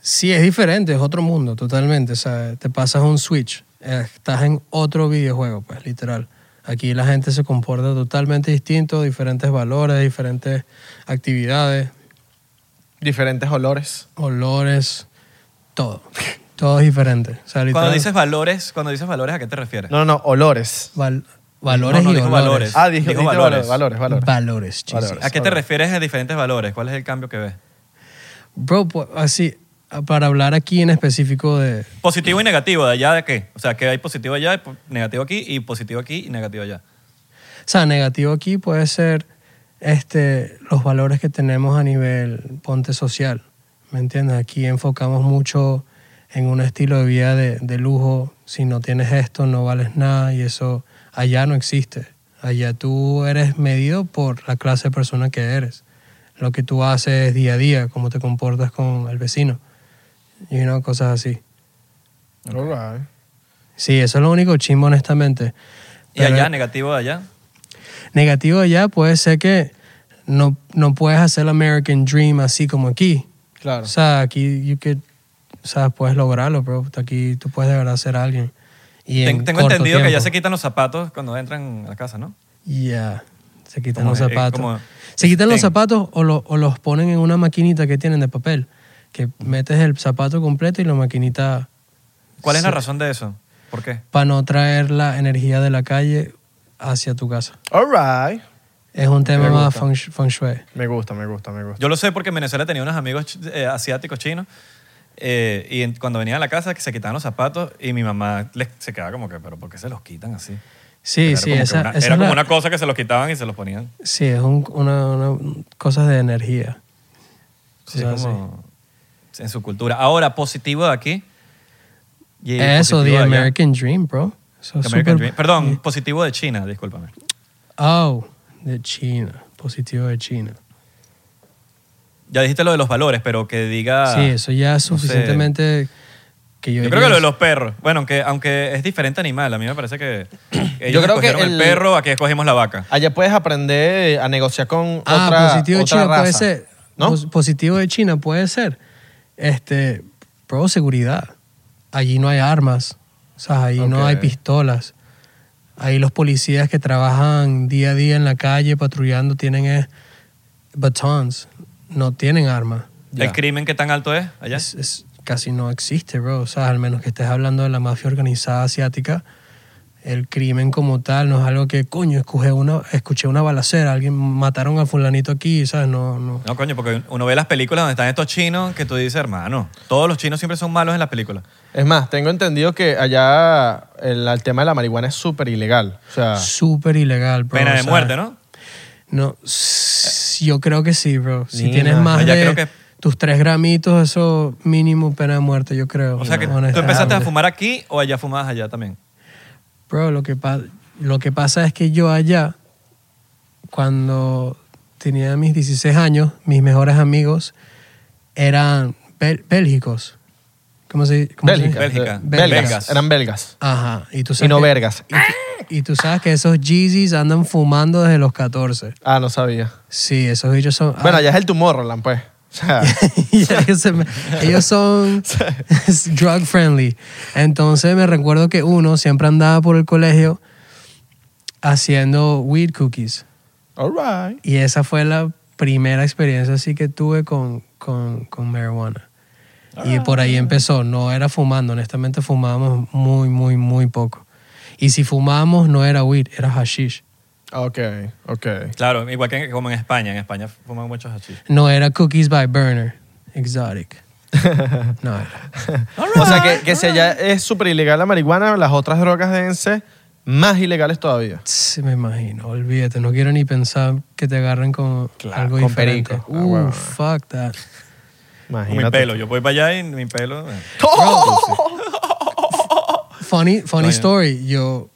Sí, es diferente, es otro mundo totalmente. O sea, te pasas un switch, eh, estás en otro videojuego, pues, literal. Aquí la gente se comporta totalmente distinto, diferentes valores, diferentes actividades.
Diferentes olores.
olores, todo. Todo es diferente. O sea,
Cuando
literal,
dices valores, cuando dices valores, ¿a qué te refieres?
No, no, no, olores.
val- valores
No, no,
y
dijo
olores.
valores.
Ah, dije,
Dijo
dije
valores.
valores. Valores, valores.
Valores, chicos.
Valores.
¿A qué te refieres a diferentes valores? ¿Cuál es el cambio que ves?
Bro, pues, así, para hablar aquí en específico de...
Positivo y negativo, ¿de allá de qué? O sea, que hay positivo allá, po- negativo aquí, y positivo aquí y negativo allá.
O sea, negativo aquí puede ser este, los valores que tenemos a nivel, ponte, social. ¿Me entiendes? Aquí enfocamos mucho en un estilo de vida de, de lujo. Si no tienes esto, no vales nada y eso allá no existe. Allá tú eres medido por la clase de persona que eres. Lo que tú haces día a día, cómo te comportas con el vecino. Y you know, cosas así.
All right.
Sí, eso es lo único chimbo, honestamente.
Y
Pero-
allá, negativo de allá.
negativo allá puede ser que no, no puedes hacer el American Dream así como aquí.
Claro.
O sea, aquí you could- o sea, puedes lograrlo, bro. Aquí tú puedes de verdad ser alguien. Y
Ten-
en
tengo
corto
entendido que ya
tiempo.
se quitan los zapatos cuando entran a la casa, ¿no?
Ya, se quitan
Como,
los
eh,
zapatos.
como-
se quitan los
Ten.
zapatos o, lo- o los ponen en una maquinita que tienen de papel. Que metes el zapato completo y la maquinita
¿Cuál es la
Sí.
razón de eso? ¿Por qué?
para no traer la energía de la calle hacia tu casa.
All right.
Es un tema
Me
más
gusta.
feng, sh- feng shui.
Me gusta, me gusta, me gusta.
Yo lo sé porque en Venezuela tenía unos amigos ch- eh, asiáticos chinos eh, y en- cuando venían a la casa que se quitaban los zapatos y mi mamá les- se quedaba como que, pero ¿por qué se los quitan así?
Sí,
era
sí,
como, que
esa,
una,
esa
era
es
como
la-
una cosa que se los quitaban y se los ponían.
Sí, es un- una, una cosa de energía.
Sí,
Cosas
como en su cultura. Ahora, positivo de aquí. y
Eso,
positivo
The
de allá.
American Dream, bro. Eso es
The American
Ah, súper-
Dream. Perdón, positivo de China, discúlpame.
Oh, de China. Positivo de China.
Ya dijiste lo de los valores, pero que diga...
sí, eso ya es
Ah, no sé.
suficientemente que yo
Yo
diría
creo que lo de
es-
los perros. Bueno, aunque, aunque es diferente animal, a mí me parece que ellos
Yo creo que
escogieron el
el-
perro, aquí escogimos la vaca.
Allá Ah, puedes aprender a negociar con
Ah,
otra,
positivo de
otra
China
raza.
puede ser.
¿No?
Pos- Positivo de China puede ser. Este, bro, seguridad. Allí no hay armas. O sea, ahí no
Ok.
hay pistolas. Ahí los policías que trabajan día a día en la calle patrullando tienen eh, batons. No tienen armas.
Ya.
¿El crimen qué tan alto es allá?
Es- es- casi no existe, bro. O sea, al menos que estés hablando de la mafia organizada asiática, el crimen como tal no es algo que, coño, escuché una, escuché una balacera, alguien mataron a fulanito aquí, ¿sabes? No, no.
No, coño, porque uno ve las películas donde están estos chinos que tú dices, hermano, todos los chinos siempre son malos en las películas.
Es más, tengo entendido que allá el, el tema de la marihuana es súper ilegal. O sea,
Súper ilegal, bro.
Ah. Pena
o
de
sea,
muerte, ¿no?
No, s- yo creo que sí, bro. Si
Ni
tienes
nada.
más
Allá
de
creo que-
tus tres gramitos, eso mínimo pena de muerte, yo creo.
O sea, que tú
honestamente.
empezaste a fumar aquí o allá fumabas allá también.
Bro, lo que, pa- lo que pasa es que yo allá, cuando tenía mis 16 años, mis mejores amigos eran bel- bélgicos. ¿Cómo se cómo se
Bélgica.
dice?
Bélgica.
Belgas.
Belgas.
Eran belgas.
Ajá. Y tú
Y
sabes
no
que-
vergas.
Y, tú- y tú sabes que esos Yeezys andan fumando desde los 14.
Ah, no sabía.
Sí, esos bichos
Ah.
son... ah,
Bueno, allá es el Tomorrowland, pues. O sea,
Ya, ellos, se me- ellos son drug friendly. Entonces me recuerdo que uno siempre andaba por el colegio haciendo weed cookies.
all right.
Y esa fue la primera experiencia así que tuve con, con, con marihuana. Y por ahí empezó. No era fumando, honestamente fumábamos muy, muy, muy poco. Y si fumábamos no era weed, era hashish.
Ok, ok.
Claro, igual que como en España. En España fuman muchos hachís.
No era cookies by burner, exotic. No era.
O sea, que, que si allá es súper ilegal la marihuana, las otras drogas deben ser más ilegales todavía.
Sí, me imagino, olvídate, no quiero ni pensar que te agarren con
Claro,
algo
con
diferente.
perico. Ah,
Uh,
bueno.
fuck that.
Con mi
Imagínate.
pelo. Yo voy para allá y mi pelo... eh.
Funny, funny story, yo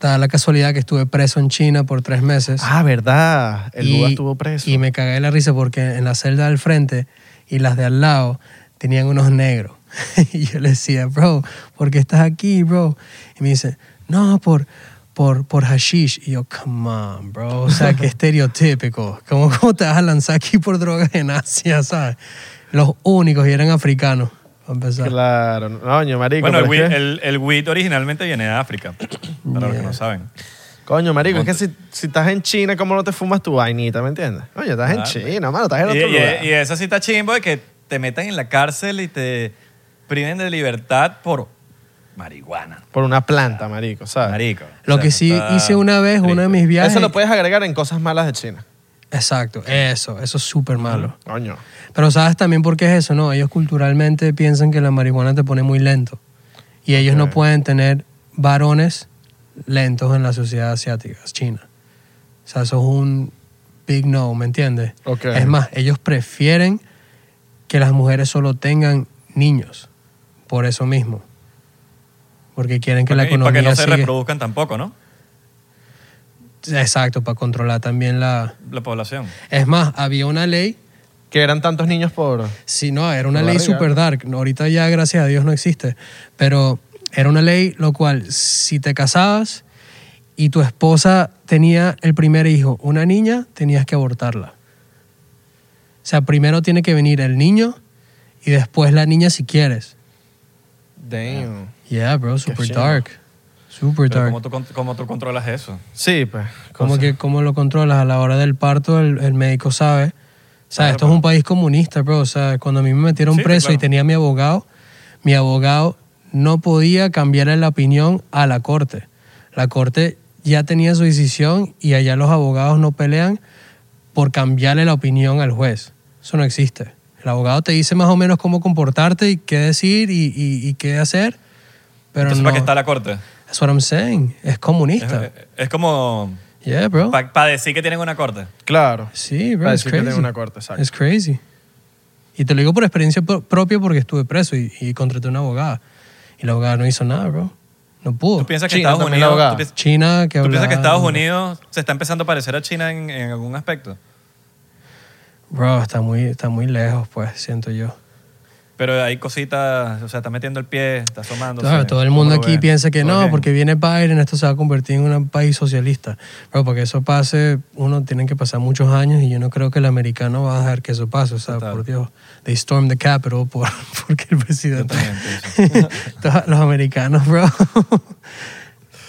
da la casualidad que estuve preso en China por tres meses.
Ah, verdad. El
Y-
Buda estuvo preso.
Y me cagué de la risa porque en la celda del frente y las de al lado tenían unos negros. y yo le decía, bro, ¿por qué estás aquí, bro? Y me dice, no, por, por, por hashish. Y yo, come on, bro. O sea, qué estereotípico. ¿Cómo, ¿Cómo te vas a lanzar aquí por drogas en Asia, sabes? Los únicos y eran africanos, para empezar.
Claro. No, ño, marico.
Bueno, el
pero
weed,
es que-
el- el weed originalmente viene de África, para los que no saben.
Coño, marico, es que si, si estás en China, ¿cómo no te fumas tu vainita, me entiendes? Coño, estás en
Ah,
China, mano, estás en
Y,
otro lugar.
y- y eso sí está chimbo de que te metan en la cárcel y te priven de libertad por marihuana.
Por una planta, marico, ¿sabes?
Marico.
Lo
O sea,
que sí
está
hice una vez, uno de mis viajes.
Eso lo puedes agregar en cosas malas de China.
Exacto, eso, eso es súper malo.
Coño.
Pero sabes también por qué es eso, ¿no? Ellos culturalmente piensan que la marihuana te pone muy lento. Y ellos no pueden tener varones lentos en la sociedad asiática, China. O sea, eso es un big no, ¿me entiendes?
Ok.
Es más, ellos prefieren que las mujeres solo tengan niños, por eso mismo. Porque quieren que la
y para
economía
que no se
siga-
reproduzcan tampoco, ¿no?
Exacto, para controlar también la...
La población.
Es más, había una ley
Que eran tantos niños por...
Sí, no, era una
Por la
ley
barriga.
super dark. No, Ahorita ya, gracias a Dios, no existe. Pero era una ley lo cual, si te casabas y tu esposa tenía el primer hijo, una niña, tenías que abortarla. O sea, primero tiene que venir el niño y después la niña si quieres.
Damn.
Yeah, bro, super
chimbo.
dark. Super
Pero
dark.
¿cómo tú, con- cómo tú controlas eso?
Sí, pues.
¿Cómo,
cosas.
que, ¿Cómo lo controlas? A la hora del parto, el, el médico sabe. O sea, esto es un país comunista, bro. O sea, cuando a mí me metieron
Sí,
preso y
claro.
tenía mi abogado, mi abogado no podía cambiarle la opinión a la corte. La corte ya tenía su decisión y allá los abogados no pelean por cambiarle la opinión al juez. Eso no existe. El abogado te dice más o menos cómo comportarte y qué decir y, y- y qué hacer, pero
Entonces,
no.
¿para qué está la corte?
That's what I'm saying. Es
Es,
comunista.
es como
Yeah, bro.
para decir que tienen una corte.
Claro.
Sí, bro,
Para
es
decir que
crazy.
tengo una corte, exacto.
Es crazy. Y te lo digo por experiencia pro- propia porque estuve preso y, y contraté una abogada. Y la abogada no hizo nada, bro. No pudo.
¿Tú piensas que
China
Estados
también la
Unidos...
abogada.
tú piensas-
China que
¿Tú
hablaba-
piensas que Estados Unidos se está empezando a parecer a China en, en algún aspecto?
Bro, está muy, está muy lejos, pues, siento yo.
Pero hay cositas, o sea, está metiendo el pie, está asomando.
Claro, todo el mundo aquí piensa que no, porque viene Biden, esto se va a convertir en un país socialista. Pero para que eso pase, uno tiene que pasar muchos años y yo no creo que el americano va a dejar que eso pase. O sea,
Total.
por Dios, they stormed the Capitol por, porque el presidente... Todos los americanos, bro.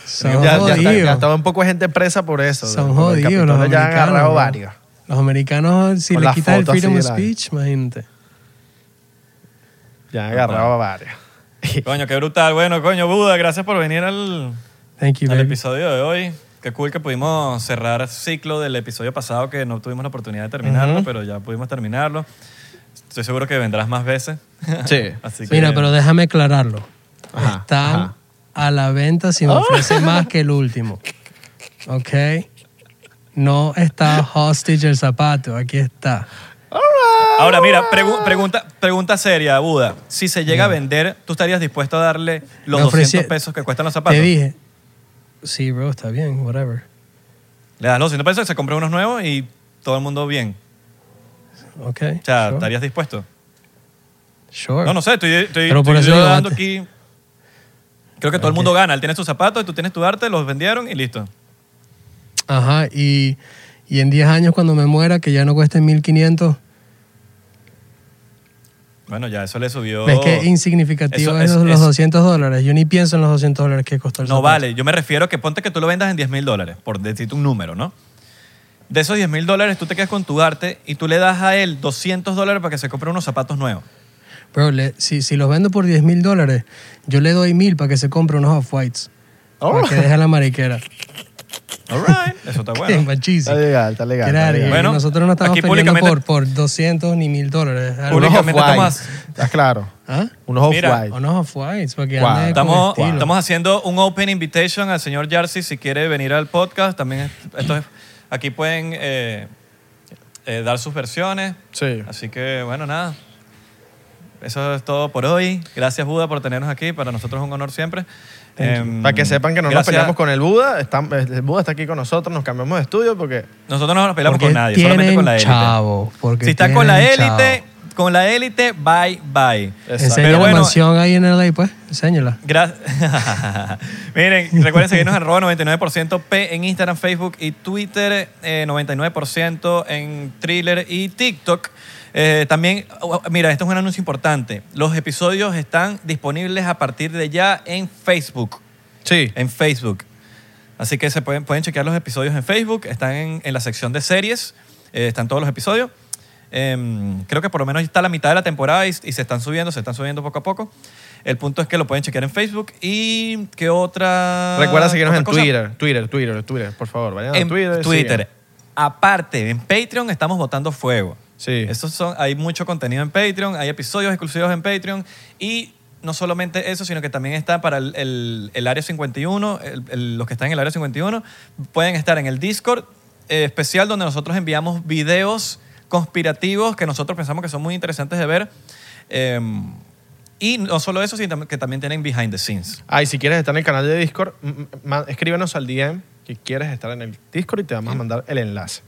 Son
Ya, ya, está- ya
jodidos.
estaba un poco de gente presa por eso.
Son
por
jodidos
el Capitolio
los
ya han
americanos.
agarrado
bro.
varios.
Los americanos, si
Con
le
la
quitas el
foto así
freedom
de
of
la-
speech, imagínate.
Ya han agarrado varios.
Coño, qué brutal. Bueno, coño, Buda, gracias por venir al,
Thank you,
al
baby.
episodio de hoy. Qué cool que pudimos cerrar el ciclo del episodio pasado que no tuvimos la oportunidad de terminarlo, pero ya pudimos terminarlo. Estoy seguro que vendrás más veces.
Sí.
Así que,
Mira, pero déjame aclararlo.
Ajá,
Están
ajá.
a la venta si me ofrecen más que el último. ¿Ok? No está hostage el zapato, aquí está.
Ahora, mira, pregu- pregunta, pregunta seria, Buda. Si se llega a vender, ¿tú estarías dispuesto a darle los
Me ofreci-
200 pesos que cuestan los zapatos?
Te dije. Sí, bro, está bien, whatever.
Le das los 200 pesos, se compra unos nuevos y todo el mundo bien.
¿Ok?
O sea,
sure.
¿estarías dispuesto?
Sure.
No, no sé, estoy, estoy,
Pero por
estoy
eso digo,
dando
antes-
aquí. Creo que todo el mundo gana. Él tiene sus zapatos, tú tienes tu arte, los vendieron y listo.
Ajá, y, y en 10 años cuando me muera, que ya no cuesten 1500,
Bueno, ya eso le subió.
ves que insignificativo
Oh. Eso-
es,
eso-
los
eso-
200 dólares. Yo ni pienso en los 200 dólares que costó el
No
zapato.
vale, yo me refiero que ponte que tú lo vendas en 10 mil dólares, por decirte un número, ¿no? De esos 10 mil dólares tú te quedas con tu arte y tú le das a él 200 dólares para que se compre unos zapatos nuevos.
Bro, le- si, si los vendo por 10 mil dólares, yo le doy mil para que se compre unos off-whites.
Oh.
Para que deje la mariquera.
All right, eso está
Bien,
bueno.
machísimo.
Está legal, está legal. está
Claro, y
legal.
Bueno,
nosotros no estamos
aquí
peleando por,
públicamente-
por 200 ni 1000 dólares.
Public-
Unos
públicamente
off-white.
tomas-
Estás claro.
¿Ah?
Unos
Mira,
off-white.
Unos off-whites, para que
Wow.
ande con
Estamos,
estilo.
estamos haciendo un open invitation al señor Yarsi si quiere venir al podcast. También es- esto es- aquí pueden eh, eh, dar sus versiones.
Sí.
Así que, bueno, nada. Eso es todo por hoy. Gracias, Buda, por tenernos aquí. Para nosotros es un honor siempre. Em,
Para que sepan que no nos
gracias.
peleamos con el Buda. está- el Buda está aquí con nosotros. Nos cambiamos de estudio porque
Nosotros no nos peleamos
Porque
con nadie,
tienen
solamente con la élite.
chavo, porque
si estás con la
tienen
élite, con la élite, bye, bye.
Enseña
Pero
la
bueno,
mansión ahí en LA, pues. Enséñala.
Gracias. Miren, recuerden seguirnos en arroba 99% P en Instagram, Facebook y Twitter, eh, 99% en Thriller y TikTok. Eh, también, oh, oh, mira, esto es un anuncio importante. Los episodios están disponibles a partir de ya en Facebook.
Sí.
En Facebook. Así que se pueden, pueden chequear los episodios en Facebook, están en, en la sección de series, eh, están todos los episodios. Em, creo que por lo menos está la mitad de la temporada y, y se están subiendo, se están subiendo poco a poco. El punto es que lo pueden chequear en Facebook y qué otra...
Recuerda seguirnos
Ah, otra
en
cosa?
Twitter, Twitter, Twitter, Twitter, por favor. Vayan a
en
Twitter. eh.
Twitter. Aparte, en Patreon estamos botando fuego.
Sí.
Estos son, hay mucho contenido en Patreon, hay episodios exclusivos en Patreon y no solamente eso, sino que también está para el, el- el área 51, el- el- los que están en el área 51 pueden estar en el Discord eh, especial donde nosotros enviamos videos conspirativos que nosotros pensamos que son muy interesantes de ver. Em, y no solo eso, sino que también tienen behind the scenes.
Ah, y si quieres estar en el canal de Discord, m- m- ma- escríbenos al DM que quieres estar en el Discord y te vamos a mandar el enlace.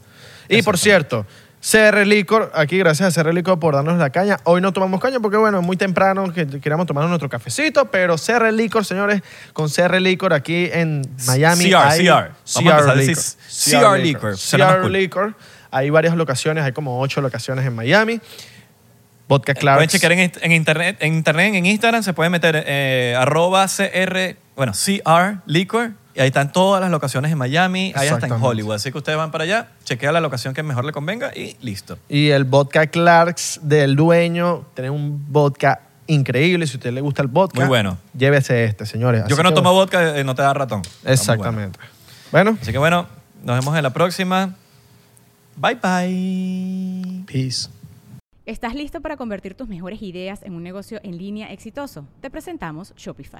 Y por cierto, CR Licor, aquí gracias a CR Licor por darnos la caña. Hoy no tomamos caña porque, bueno, es muy temprano que queríamos tomar nuestro cafecito, pero CR Licor, señores, con CR Licor aquí en Miami.
CR,
hay-
CR. Vamos a empezar a decir CR Liquor, será más
CR
cool.
Licor. Hay varias locaciones, hay como ocho locaciones en Miami. Vodka Clarks.
Pueden chequear en, inst- en internet, en internet, en Instagram, se pueden meter eh, arroba CR, bueno, CR Liquor, y ahí están todas las locaciones en Miami, ahí hasta en
Exactamente.
Hollywood. Así que ustedes van para allá, chequean la locación que mejor le convenga y listo.
Y el vodka Clarks del dueño tiene un vodka increíble. Si a usted le gusta el vodka,
Muy bueno.
llévese este, señores. Así
Yo que no tomo vodka, eh, no te da ratón. Está muy bueno.
Exactamente. Bueno,
Así que bueno, nos vemos en la próxima. Bye bye.
Peace.
¿Estás listo para convertir tus mejores ideas en un negocio en línea exitoso? Te presentamos Shopify.